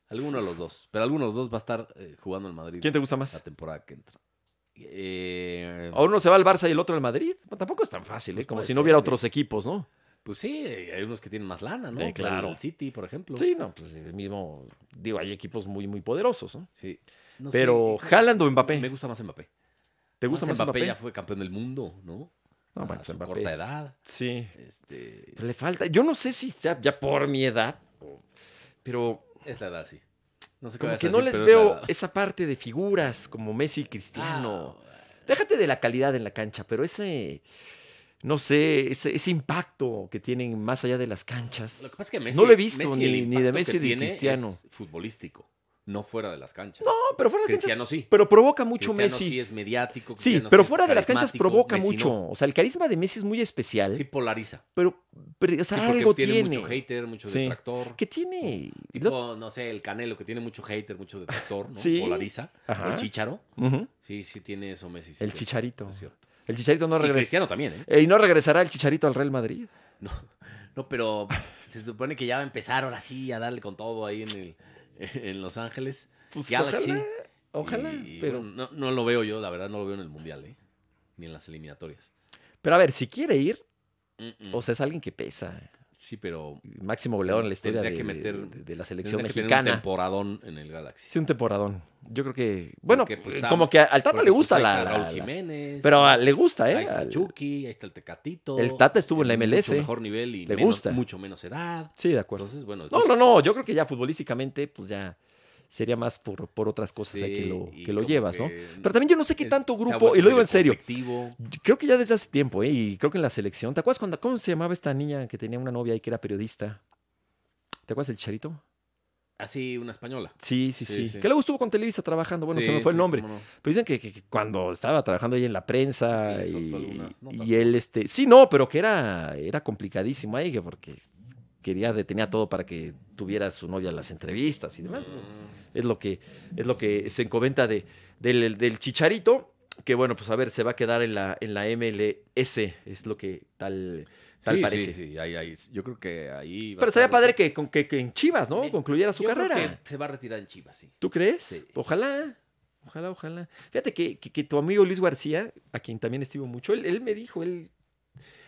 Speaker 2: Alguno de los dos. Pero alguno de los dos va a estar eh, jugando el Madrid
Speaker 1: ¿Quién te Oh. gusta
Speaker 2: la
Speaker 1: más?
Speaker 2: temporada que entra. Eh,
Speaker 1: A uno se va al Barça y el otro al Madrid. Bueno, tampoco es tan fácil, ¿eh?
Speaker 2: Pues
Speaker 1: Como
Speaker 2: puede
Speaker 1: si no
Speaker 2: ser,
Speaker 1: hubiera
Speaker 2: ¿no?
Speaker 1: otros equipos, ¿no?
Speaker 2: pues sí, hay unos que tienen más lana, ¿no?
Speaker 1: Eh, claro.
Speaker 2: El City, por ejemplo.
Speaker 1: Sí, no, pues el mismo. Digo, hay equipos muy, muy poderosos, ¿no?
Speaker 2: Sí. No sé,
Speaker 1: Pero, ¿Haaland o Mbappé?
Speaker 2: Me gusta más Mbappé.
Speaker 1: ¿Te gusta más Mbappé?
Speaker 2: ya fue campeón del mundo, ¿no?
Speaker 1: No,
Speaker 2: A
Speaker 1: bueno, pues
Speaker 2: su
Speaker 1: Mbappé
Speaker 2: corta
Speaker 1: es-
Speaker 2: edad.
Speaker 1: Sí.
Speaker 2: Este,
Speaker 1: Pero le falta. Yo no sé si sea ya por mi edad, o- pero
Speaker 2: es la edad, sí. No sé qué
Speaker 1: como
Speaker 2: vayas
Speaker 1: que
Speaker 2: a
Speaker 1: no
Speaker 2: decir,
Speaker 1: les
Speaker 2: pero es la
Speaker 1: veo
Speaker 2: edad.
Speaker 1: esa parte de figuras como Messi y Cristiano.
Speaker 2: Ah,
Speaker 1: Déjate de la calidad en la cancha, pero ese, no sé, ese, ese impacto que tienen más allá de las canchas.
Speaker 2: Lo que pasa es que Messi,
Speaker 1: No lo he visto,
Speaker 2: Messi,
Speaker 1: ni-
Speaker 2: el
Speaker 1: ni de
Speaker 2: impacto
Speaker 1: Messi
Speaker 2: que
Speaker 1: ni de
Speaker 2: tiene
Speaker 1: Cristiano.
Speaker 2: es futbolístico, no fuera de las canchas.
Speaker 1: no, pero fuera de las canchas,
Speaker 2: Cristiano sí.
Speaker 1: pero provoca mucho
Speaker 2: Cristiano
Speaker 1: Messi.
Speaker 2: sí es mediático.
Speaker 1: sí,
Speaker 2: Cristiano
Speaker 1: pero
Speaker 2: es
Speaker 1: fuera de las canchas
Speaker 2: carismático,
Speaker 1: provoca
Speaker 2: Messi
Speaker 1: mucho.
Speaker 2: no.
Speaker 1: O sea, el carisma de Messi es muy especial,
Speaker 2: Sí polariza.
Speaker 1: pero, pero, o sea,
Speaker 2: Sí, porque
Speaker 1: algo
Speaker 2: tiene,
Speaker 1: tiene.
Speaker 2: mucho hater, mucho
Speaker 1: Sí.
Speaker 2: detractor.
Speaker 1: ¿Qué tiene? Lo-
Speaker 2: Tipo, no sé, el Canelo, que tiene mucho hater, mucho detractor, ¿no?
Speaker 1: Sí.
Speaker 2: Polariza.
Speaker 1: Ajá.
Speaker 2: O el Chicharo.
Speaker 1: Ujú,
Speaker 2: Sí, sí tiene eso Messi. sí,
Speaker 1: El
Speaker 2: es cierto,
Speaker 1: chicharito.
Speaker 2: es cierto.
Speaker 1: El chicharito no
Speaker 2: Y
Speaker 1: regresa.
Speaker 2: Cristiano también, ¿eh?
Speaker 1: Eh, Y no regresará el chicharito al Real Madrid.
Speaker 2: No, no, pero se supone que ya va a empezar ahora sí a darle con todo ahí en el en Los Ángeles.
Speaker 1: Pues,
Speaker 2: Galaxy.
Speaker 1: ojalá, Ojalá,
Speaker 2: Y,
Speaker 1: pero.
Speaker 2: bueno, no, no lo veo yo, la verdad, no lo veo en el Mundial, ¿eh? Ni en las eliminatorias.
Speaker 1: Pero a ver, si quiere ir,
Speaker 2: Mm, mm.
Speaker 1: o sea, es alguien que pesa.
Speaker 2: sí, pero
Speaker 1: Máximo goleador en la historia de,
Speaker 2: Tendría que meter-
Speaker 1: de- de la selección
Speaker 2: tendría que tener un
Speaker 1: mexicana.
Speaker 2: temporadón en el Galaxy.
Speaker 1: Sí, un temporadón. Yo creo que. Bueno,
Speaker 2: Porque, pues,
Speaker 1: eh,
Speaker 2: está-
Speaker 1: como que al Tata
Speaker 2: Porque,
Speaker 1: le
Speaker 2: pues,
Speaker 1: gusta
Speaker 2: ahí
Speaker 1: la,
Speaker 2: está
Speaker 1: la-
Speaker 2: Raúl
Speaker 1: la-
Speaker 2: Jiménez.
Speaker 1: Pero ah, le gusta, ¿eh?
Speaker 2: Ahí está
Speaker 1: Al-
Speaker 2: el Chucky, ahí está el Tecatito.
Speaker 1: El Tata estuvo en la MLS.
Speaker 2: Mucho mejor nivel y
Speaker 1: Le
Speaker 2: menos-
Speaker 1: gusta.
Speaker 2: mucho menos edad.
Speaker 1: Sí, de acuerdo.
Speaker 2: Entonces, pues, bueno.
Speaker 1: No, no, no. Yo creo que ya futbolísticamente, pues ya sería más por, por otras cosas ahí que lo, que lo llevas, ¿no? Pero también yo no sé qué tanto grupo, y lo digo en serio, Yo Creo que ya desde hace tiempo, ¿eh? Y creo que en la selección. ¿Te acuerdas cuando, cómo se llamaba esta niña que tenía una novia y que era periodista? ¿Te acuerdas del Charito?
Speaker 2: Así, una española.
Speaker 1: Sí, sí, sí.
Speaker 2: Sí, sí.
Speaker 1: Que luego estuvo con Televisa trabajando. Bueno,
Speaker 2: Sí,
Speaker 1: se me fue el
Speaker 2: sí,
Speaker 1: nombre.
Speaker 2: cómo no.
Speaker 1: Pero dicen que, que- que cuando estaba trabajando ella en la prensa
Speaker 2: Sí, que le
Speaker 1: y,
Speaker 2: soltó algunas notas,
Speaker 1: y él, este, sí, no, pero que era, era complicadísimo ahí, que porque quería, detenía todo para que tuviera su novia las entrevistas y demás.
Speaker 2: Mm.
Speaker 1: Es lo que, es lo que se encomenta de, del, del chicharito, que bueno, pues a ver, se va a quedar en la, en la MLS, es lo que tal, tal
Speaker 2: Sí,
Speaker 1: parece.
Speaker 2: Sí, sí, ahí, ahí, yo creo que ahí. va
Speaker 1: Pero
Speaker 2: a
Speaker 1: estaría
Speaker 2: estar-
Speaker 1: padre que, con- que, que en Chivas, ¿no?
Speaker 2: Me-
Speaker 1: Concluyera su
Speaker 2: Yo creo
Speaker 1: carrera.
Speaker 2: que se va a retirar en Chivas, sí.
Speaker 1: ¿Tú crees?
Speaker 2: Sí.
Speaker 1: Ojalá, ojalá, ojalá. Fíjate que, que- que tu amigo Luis García, a quien también estimo mucho, él, él me dijo, él,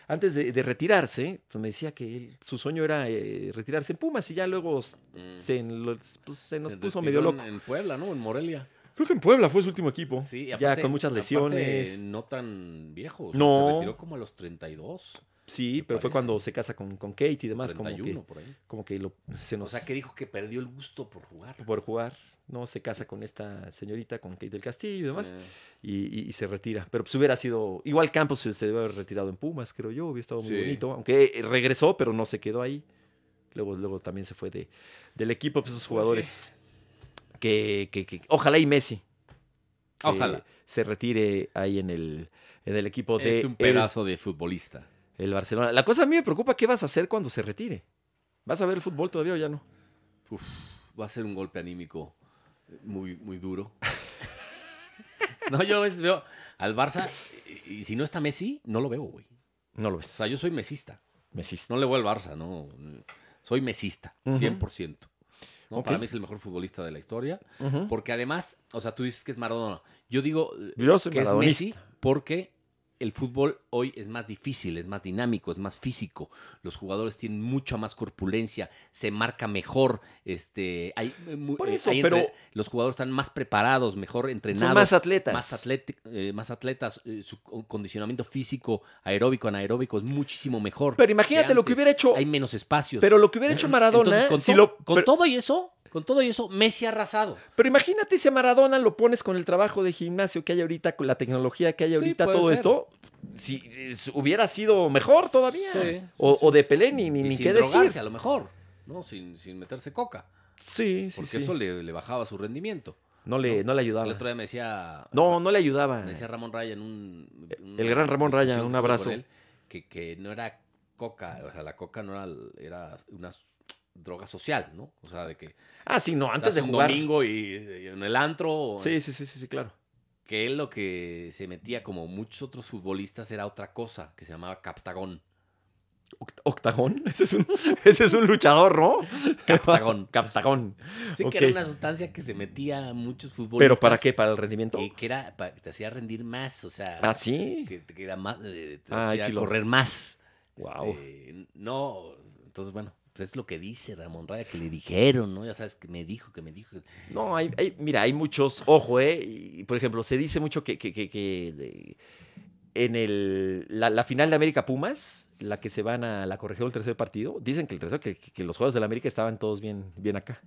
Speaker 1: antes de, de retirarse, pues me decía que él- su sueño era eh, retirarse en Pumas y ya luego s-
Speaker 2: Mm.
Speaker 1: se, en los- pues, se nos
Speaker 2: Se
Speaker 1: puso
Speaker 2: retiró
Speaker 1: medio
Speaker 2: en-
Speaker 1: loco.
Speaker 2: En Puebla, ¿no? En Morelia.
Speaker 1: Creo que en Puebla fue su último equipo.
Speaker 2: Sí, y
Speaker 1: ya
Speaker 2: aparte-
Speaker 1: con muchas
Speaker 2: aparte,
Speaker 1: lesiones.
Speaker 2: no tan viejo.
Speaker 1: No.
Speaker 2: Se retiró como a los 32.
Speaker 1: sí,
Speaker 2: me
Speaker 1: pero fue
Speaker 2: parece.
Speaker 1: cuando se casa con, con Kate y demás, como
Speaker 2: 31
Speaker 1: que,
Speaker 2: por ahí.
Speaker 1: como que lo- se
Speaker 2: O
Speaker 1: nos...
Speaker 2: sea, que dijo que perdió el gusto por jugar.
Speaker 1: Por jugar. No, se casa con esta señorita, con Kate del Castillo y demás.
Speaker 2: Sí.
Speaker 1: y, y- y se retira. Pero pues hubiera sido. Igual Campos se, se debe haber retirado en Pumas, creo yo. Hubiera estado muy
Speaker 2: Sí.
Speaker 1: bonito. Aunque eh, regresó, pero no se quedó ahí. Luego, luego también se fue de, del equipo, pues esos jugadores que, que- que- Ojalá y Messi. se-
Speaker 2: Ojalá.
Speaker 1: Se retire ahí en el, en el equipo de
Speaker 2: Es un
Speaker 1: el,
Speaker 2: pedazo de futbolista.
Speaker 1: el Barcelona. La cosa a mí me preocupa, ¿qué vas a hacer cuando se retire? ¿Vas a ver el fútbol todavía o ya no?
Speaker 2: Uf, va a ser un golpe anímico eh, muy, muy duro. no, yo a veces veo al Barça y, y si no está Messi, no lo veo, güey.
Speaker 1: No lo
Speaker 2: O
Speaker 1: ves.
Speaker 2: sea, yo soy mesista.
Speaker 1: Messi.
Speaker 2: No le voy al Barça, no. Soy mesista,
Speaker 1: Ujú.
Speaker 2: 100%. ¿no?
Speaker 1: Ok.
Speaker 2: Para mí es el mejor futbolista de la historia.
Speaker 1: Ujú.
Speaker 2: Porque además, o sea, tú dices que es Maradona. Yo digo eh,
Speaker 1: Yo soy
Speaker 2: que es
Speaker 1: maradonista.
Speaker 2: Messi porque el fútbol hoy es más difícil, es más dinámico, es más físico. Los jugadores tienen mucha más corpulencia, se marca mejor. Este, hay, eh, mu-
Speaker 1: Por
Speaker 2: eh,
Speaker 1: eso,
Speaker 2: hay entre-
Speaker 1: pero-
Speaker 2: los jugadores están más preparados, mejor entrenados.
Speaker 1: Son más atletas.
Speaker 2: Más, atleti- eh, más atletas, eh, su con- condicionamiento físico, aeróbico, anaeróbico, es muchísimo mejor.
Speaker 1: Pero imagínate lo que
Speaker 2: antes.
Speaker 1: hubiera hecho-
Speaker 2: Hay menos espacios.
Speaker 1: Pero lo que hubiera hecho Maradona.
Speaker 2: Entonces, con,
Speaker 1: si
Speaker 2: to-
Speaker 1: lo-
Speaker 2: con
Speaker 1: pero-
Speaker 2: todo y eso, con todo y eso, Messi ha arrasado.
Speaker 1: Pero imagínate si a Maradona lo pones con el trabajo de gimnasio que hay ahorita, con la tecnología que hay
Speaker 2: Sí,
Speaker 1: ahorita,
Speaker 2: puede
Speaker 1: todo
Speaker 2: ser.
Speaker 1: esto, si eh, s- hubiera sido mejor todavía.
Speaker 2: Sí, sí,
Speaker 1: o,
Speaker 2: sí.
Speaker 1: o de Pelé, ni, ni,
Speaker 2: Y
Speaker 1: ni
Speaker 2: sin
Speaker 1: qué
Speaker 2: drogarse,
Speaker 1: decir.
Speaker 2: a lo mejor, ¿no? Sin, sin meterse coca.
Speaker 1: Sí, sí,
Speaker 2: Porque
Speaker 1: sí.
Speaker 2: eso le, le bajaba su rendimiento.
Speaker 1: No, le, no le ayudaba.
Speaker 2: El otro día me decía.
Speaker 1: No, no le ayudaba.
Speaker 2: Me decía Ramón Raya en un.
Speaker 1: El gran Ramón Raya,
Speaker 2: discusión
Speaker 1: un
Speaker 2: que tuve
Speaker 1: abrazo.
Speaker 2: con él, que, que no era coca, o sea, la coca no era, era una droga social, ¿no? O sea, de que.
Speaker 1: Ah, sí, no, antes
Speaker 2: estás
Speaker 1: de
Speaker 2: un
Speaker 1: jugar.
Speaker 2: domingo eh. y, y en el antro. o-
Speaker 1: Sí, sí, sí, sí, sí, claro.
Speaker 2: Que él lo que se metía, como muchos otros futbolistas, era otra cosa que se llamaba captagón.
Speaker 1: Oct- Octagón, ese es un, ese es un luchador, ¿no?
Speaker 2: Captagón.
Speaker 1: Captagón.
Speaker 2: Sí,
Speaker 1: Ok.
Speaker 2: que era una sustancia que se metía a muchos futbolistas.
Speaker 1: ¿Pero para qué? ¿Para el rendimiento?
Speaker 2: Y que era para que te hacía rendir más, o sea,
Speaker 1: Ah, sí.
Speaker 2: que, que era más, eh, te
Speaker 1: Ah, ahí
Speaker 2: hacía
Speaker 1: sí lo-
Speaker 2: correr más.
Speaker 1: Guau.
Speaker 2: Este, no, entonces bueno, pues es lo que dice Ramón Raya, que le dijeron, ¿no? Ya sabes que me dijo, que me dijo.
Speaker 1: No, hay, hay- mira, hay muchos, ojo, ¿eh? Y, por ejemplo, se dice mucho que, que- que- que de- en el, la, la final de América Pumas, la que se van a la corregión del tercer partido, dicen que, el tercer, que, que- que los juegos de la América estaban todos bien, bien acá,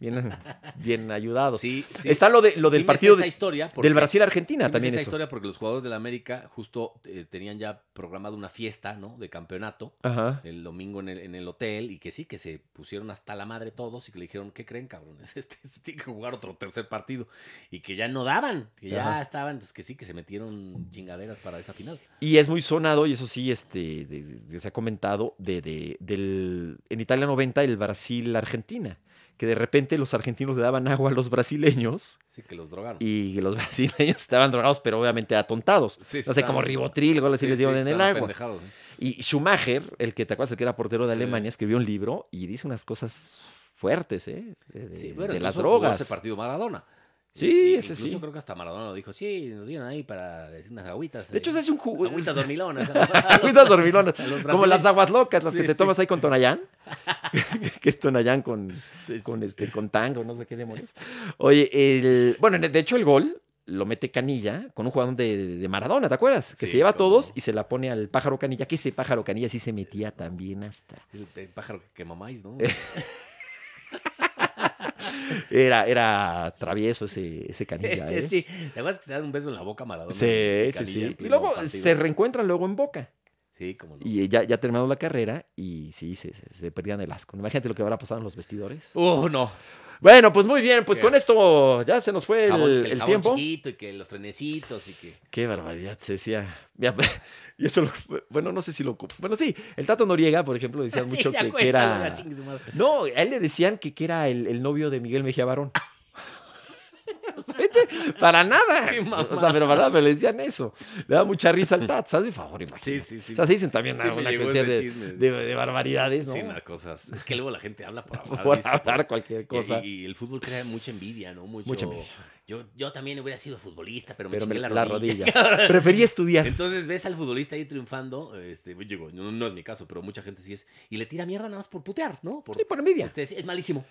Speaker 1: bien, bien ayudados.
Speaker 2: Sí, sí.
Speaker 1: Está lo, de, lo
Speaker 2: Sí
Speaker 1: del
Speaker 2: me sé
Speaker 1: partido
Speaker 2: esa
Speaker 1: de-
Speaker 2: historia porque-
Speaker 1: del
Speaker 2: sí me
Speaker 1: Brasil-Argentina
Speaker 2: sé
Speaker 1: también
Speaker 2: esa
Speaker 1: eso.
Speaker 2: historia porque los jugadores del América justo eh, tenían ya programado una fiesta, ¿no? De campeonato.
Speaker 1: Ajá.
Speaker 2: el domingo en el, en el hotel y que sí, que se pusieron hasta la madre todos y que le dijeron, ¿qué creen, cabrones? Este, este tiene que jugar otro tercer partido. Y que ya no daban, que ya
Speaker 1: Ajá.
Speaker 2: estaban, pues que sí, que se metieron chingaderas para esa final.
Speaker 1: Y es muy sonado, y eso sí este, de- de- se ha comentado, de, de- del, en Italia 90 el Brasil-Argentina, que de repente los argentinos le daban agua a los brasileños.
Speaker 2: Sí, que los drogaron.
Speaker 1: y los brasileños estaban drogados, pero obviamente atontados. no sé, como Ribotril, algo así les dieron en el agua. Y Schumacher, el que te acuerdas, el que era portero de
Speaker 2: Sí.
Speaker 1: Alemania, escribió un libro y dice unas cosas fuertes, ¿eh? De, de-
Speaker 2: Sí, bueno,
Speaker 1: de las
Speaker 2: incluso jugó
Speaker 1: drogas.
Speaker 2: Ese partido Maradona.
Speaker 1: Sí,
Speaker 2: Y- y
Speaker 1: ese sí.
Speaker 2: Incluso creo que hasta Maradona lo dijo, sí, nos dieron ahí para decir unas agüitas.
Speaker 1: De hecho,
Speaker 2: eh,
Speaker 1: se hace un jugo.
Speaker 2: Agüitas dormilonas.
Speaker 1: Agüitas dormilonas.
Speaker 2: A
Speaker 1: Como las
Speaker 2: los brasileños.
Speaker 1: aguas locas, las que
Speaker 2: Sí,
Speaker 1: te
Speaker 2: sí.
Speaker 1: tomas ahí con Tonayán. que es Tonayán con,
Speaker 2: Sí, sí.
Speaker 1: con, este, con tango, no sé qué demonios. Oye, el, bueno, de hecho el gol lo mete Canilla con un jugador de, de Maradona, ¿te acuerdas? Que
Speaker 2: Sí,
Speaker 1: se lleva a
Speaker 2: cómo
Speaker 1: todos
Speaker 2: no.
Speaker 1: y se la pone al pájaro Canilla, que ese pájaro Canilla sí se metía también hasta.
Speaker 2: El, el pájaro que quema maíz, ¿no?
Speaker 1: Era, era travieso ese, ese Canilla,
Speaker 2: Sí,
Speaker 1: ¿eh?
Speaker 2: sí. La verdad es que se dan un beso en la boca a Maradona.
Speaker 1: Sí,
Speaker 2: y
Speaker 1: sí,
Speaker 2: Canilla en
Speaker 1: sí. Y
Speaker 2: pleno
Speaker 1: luego
Speaker 2: partido.
Speaker 1: se reencuentran luego en Boca.
Speaker 2: Sí, como no.
Speaker 1: Y ya, ya terminaron la carrera y sí, se, se- se perdían el asco. Imagínate lo que habrá pasado en los vestidores.
Speaker 2: Uh, no.
Speaker 1: Bueno, pues muy bien, pues con esto ya se nos fue el,
Speaker 2: Jabón- que
Speaker 1: el
Speaker 2: jabón
Speaker 1: tiempo.
Speaker 2: chiquito y que los trenecitos y que...
Speaker 1: Qué barbaridad se decía. Mira, y eso, lo- bueno, no sé si lo... ocup- Bueno, sí, el Tato Noriega, por ejemplo, decían
Speaker 2: Sí,
Speaker 1: mucho
Speaker 2: ya
Speaker 1: que, que
Speaker 2: cuéntalo, ya
Speaker 1: era...
Speaker 2: chingue su madre.
Speaker 1: No, a él le decían que, que era el, el novio de Miguel Mejía Barón. O sea, vete, para nada.
Speaker 2: Qué
Speaker 1: O sea,
Speaker 2: mamada.
Speaker 1: pero para nada, pero le decían eso. Le da mucha risa al Tat, ¿sabes? De favor, imagínate.
Speaker 2: Sí, sí, sí.
Speaker 1: O sea, se dicen también
Speaker 2: Sí, me
Speaker 1: una
Speaker 2: llegó
Speaker 1: cantidad
Speaker 2: ese
Speaker 1: de,
Speaker 2: chisme.
Speaker 1: de- de barbaridades, ¿no?
Speaker 2: Sí, nada, cosas. Es que luego la gente habla por hablar.
Speaker 1: Por
Speaker 2: dice,
Speaker 1: hablar cualquier
Speaker 2: por-
Speaker 1: cosa.
Speaker 2: Y, y el fútbol crea mucha envidia, ¿no? Mucho-
Speaker 1: Mucha envidia.
Speaker 2: Yo, yo también hubiera sido futbolista, pero me
Speaker 1: pero me-
Speaker 2: chingué
Speaker 1: la,
Speaker 2: la,
Speaker 1: rodilla. Preferí estudiar.
Speaker 2: Entonces ves al futbolista ahí triunfando, este, digo, no, no es mi caso, pero mucha gente sí es, y le tira mierda nada más por putear, ¿no? Por,
Speaker 1: Sí, por envidia.
Speaker 2: este, es, es malísimo.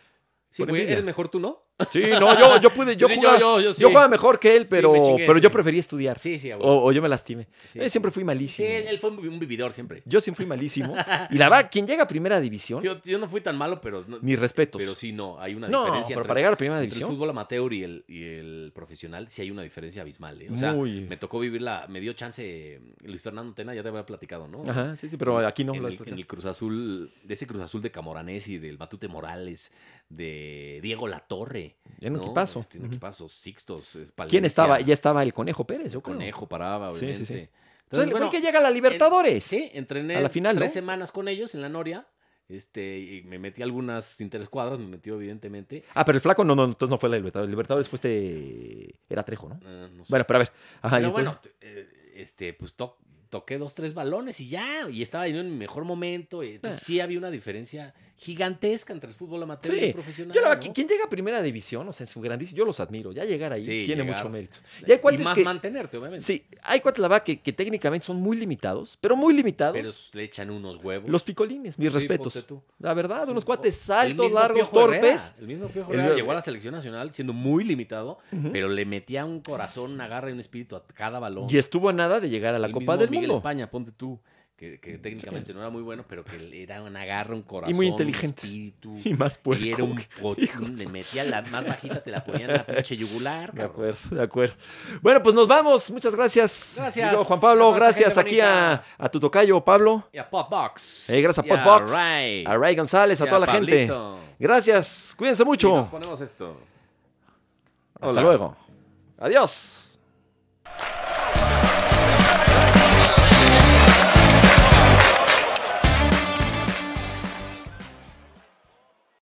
Speaker 2: Sí,
Speaker 1: Por
Speaker 2: güey,
Speaker 1: envidia.
Speaker 2: eres mejor tú, ¿no?
Speaker 1: Sí, no, yo, yo pude, yo
Speaker 2: Sí, yo-
Speaker 1: jugaba,
Speaker 2: yo- yo sí.
Speaker 1: jugaba mejor que él,
Speaker 2: Sí,
Speaker 1: pero,
Speaker 2: me chingué,
Speaker 1: pero yo
Speaker 2: sí.
Speaker 1: preferí estudiar.
Speaker 2: Sí, sí, a huevo.
Speaker 1: O, o yo me lastimé.
Speaker 2: Sí.
Speaker 1: Yo siempre fui
Speaker 2: Sí,
Speaker 1: malísimo.
Speaker 2: él, él fue un, un vividor siempre.
Speaker 1: Yo siempre fui malísimo. Y la verdad, quien llega a primera división,
Speaker 2: Yo, yo no fui tan malo, pero, no-
Speaker 1: mis respetos.
Speaker 2: pero sí, no, hay una
Speaker 1: no,
Speaker 2: diferencia.
Speaker 1: pero
Speaker 2: entre-
Speaker 1: para llegar a primera
Speaker 2: entre el
Speaker 1: división.
Speaker 2: fútbol amateur y el, y el profesional sí hay una diferencia abismal. ¿eh? O sea,
Speaker 1: Muy.
Speaker 2: me tocó vivirla, me dio chance eh, Luis Fernando Tena, ya te había platicado, ¿no?
Speaker 1: Ajá, sí, sí, pero aquí no.
Speaker 2: en,
Speaker 1: lo has
Speaker 2: el, en el Cruz Azul, de ese Cruz Azul de Camoranés y del Batute Morales, de Diego Latorre.
Speaker 1: En un
Speaker 2: ¿no?
Speaker 1: equipazo.
Speaker 2: Este, en
Speaker 1: Ujú.
Speaker 2: equipazos, Sixtos, eh, Palencia,
Speaker 1: ¿Quién estaba? Ya estaba el Conejo Pérez, yo creo.
Speaker 2: Conejo paraba,
Speaker 1: Sí, sí,
Speaker 2: obviamente.
Speaker 1: sí. Entonces,
Speaker 2: Entonces, bueno,
Speaker 1: que llega a la Libertadores.
Speaker 2: sí, entrené
Speaker 1: a la final,
Speaker 2: tres
Speaker 1: ¿no?
Speaker 2: semanas con ellos en la Noria. Este, y me metí algunas interescuadras, me metió evidentemente.
Speaker 1: Ah, pero el flaco no, no, entonces no fue la Libertadores. El Libertadores fue este. Era Trejo, ¿no?
Speaker 2: Ah, no sé.
Speaker 1: Bueno, pero a ver. Ajá, y
Speaker 2: Pero
Speaker 1: entonces-
Speaker 2: bueno, t- eh, este, pues to- toqué dos, tres balones y ya, y estaba yo en mi mejor momento. y entonces
Speaker 1: Ah.
Speaker 2: sí había una diferencia gigantesca entre el fútbol amateur y
Speaker 1: Sí.
Speaker 2: el profesional.
Speaker 1: Yo la verdad,
Speaker 2: ¿no?
Speaker 1: que quien llega a primera división, o sea, es un grandísimo, yo los admiro. Ya llegar ahí
Speaker 2: Sí,
Speaker 1: tiene
Speaker 2: llegar.
Speaker 1: mucho mérito. Y hay
Speaker 2: y
Speaker 1: cuates
Speaker 2: más
Speaker 1: que.
Speaker 2: mantenerte, obviamente.
Speaker 1: Sí, hay cuates, la verdad, que, que técnicamente son muy limitados, pero muy limitados.
Speaker 2: Pero le echan unos huevos.
Speaker 1: los picolines, mis
Speaker 2: Sí,
Speaker 1: respetos.
Speaker 2: ponte tú.
Speaker 1: La verdad, unos
Speaker 2: Sí,
Speaker 1: cuates
Speaker 2: o- el
Speaker 1: altos,
Speaker 2: mismo
Speaker 1: largos,
Speaker 2: Piojo Herrera,
Speaker 1: torpes.
Speaker 2: el mismo Piojo
Speaker 1: El-
Speaker 2: Herrera llegó a la selección nacional siendo muy limitado,
Speaker 1: Ujú.
Speaker 2: pero le metía un corazón, una garra y un espíritu a cada balón.
Speaker 1: Y estuvo a nada de llegar a la
Speaker 2: El
Speaker 1: Copa
Speaker 2: mismo
Speaker 1: del
Speaker 2: Miguel
Speaker 1: Mundo.
Speaker 2: España, ponte tú, que, que técnicamente no era muy bueno, pero que era una garra, un corazón,
Speaker 1: inteligente.
Speaker 2: un espíritu.
Speaker 1: Y más puerco.
Speaker 2: Y era un potín, le metía la más bajita, te la ponía en la pinche yugular.
Speaker 1: De
Speaker 2: cabrón.
Speaker 1: acuerdo, de acuerdo. Bueno, pues nos vamos. Muchas gracias.
Speaker 2: Gracias.
Speaker 1: mi querido Juan Pablo, gracias
Speaker 2: Gracias,
Speaker 1: aquí
Speaker 2: gente
Speaker 1: a, a tu tocayo, Pablo.
Speaker 2: Y a Popbox.
Speaker 1: Eh, gracias a
Speaker 2: Y a
Speaker 1: Podbox,
Speaker 2: Ray.
Speaker 1: a Ray González, a
Speaker 2: Y a
Speaker 1: toda la
Speaker 2: Pablito.
Speaker 1: gente. Gracias. Cuídense
Speaker 2: Y nos
Speaker 1: mucho.
Speaker 2: ponemos esto.
Speaker 1: Hasta
Speaker 2: Hola.
Speaker 1: luego. Adiós.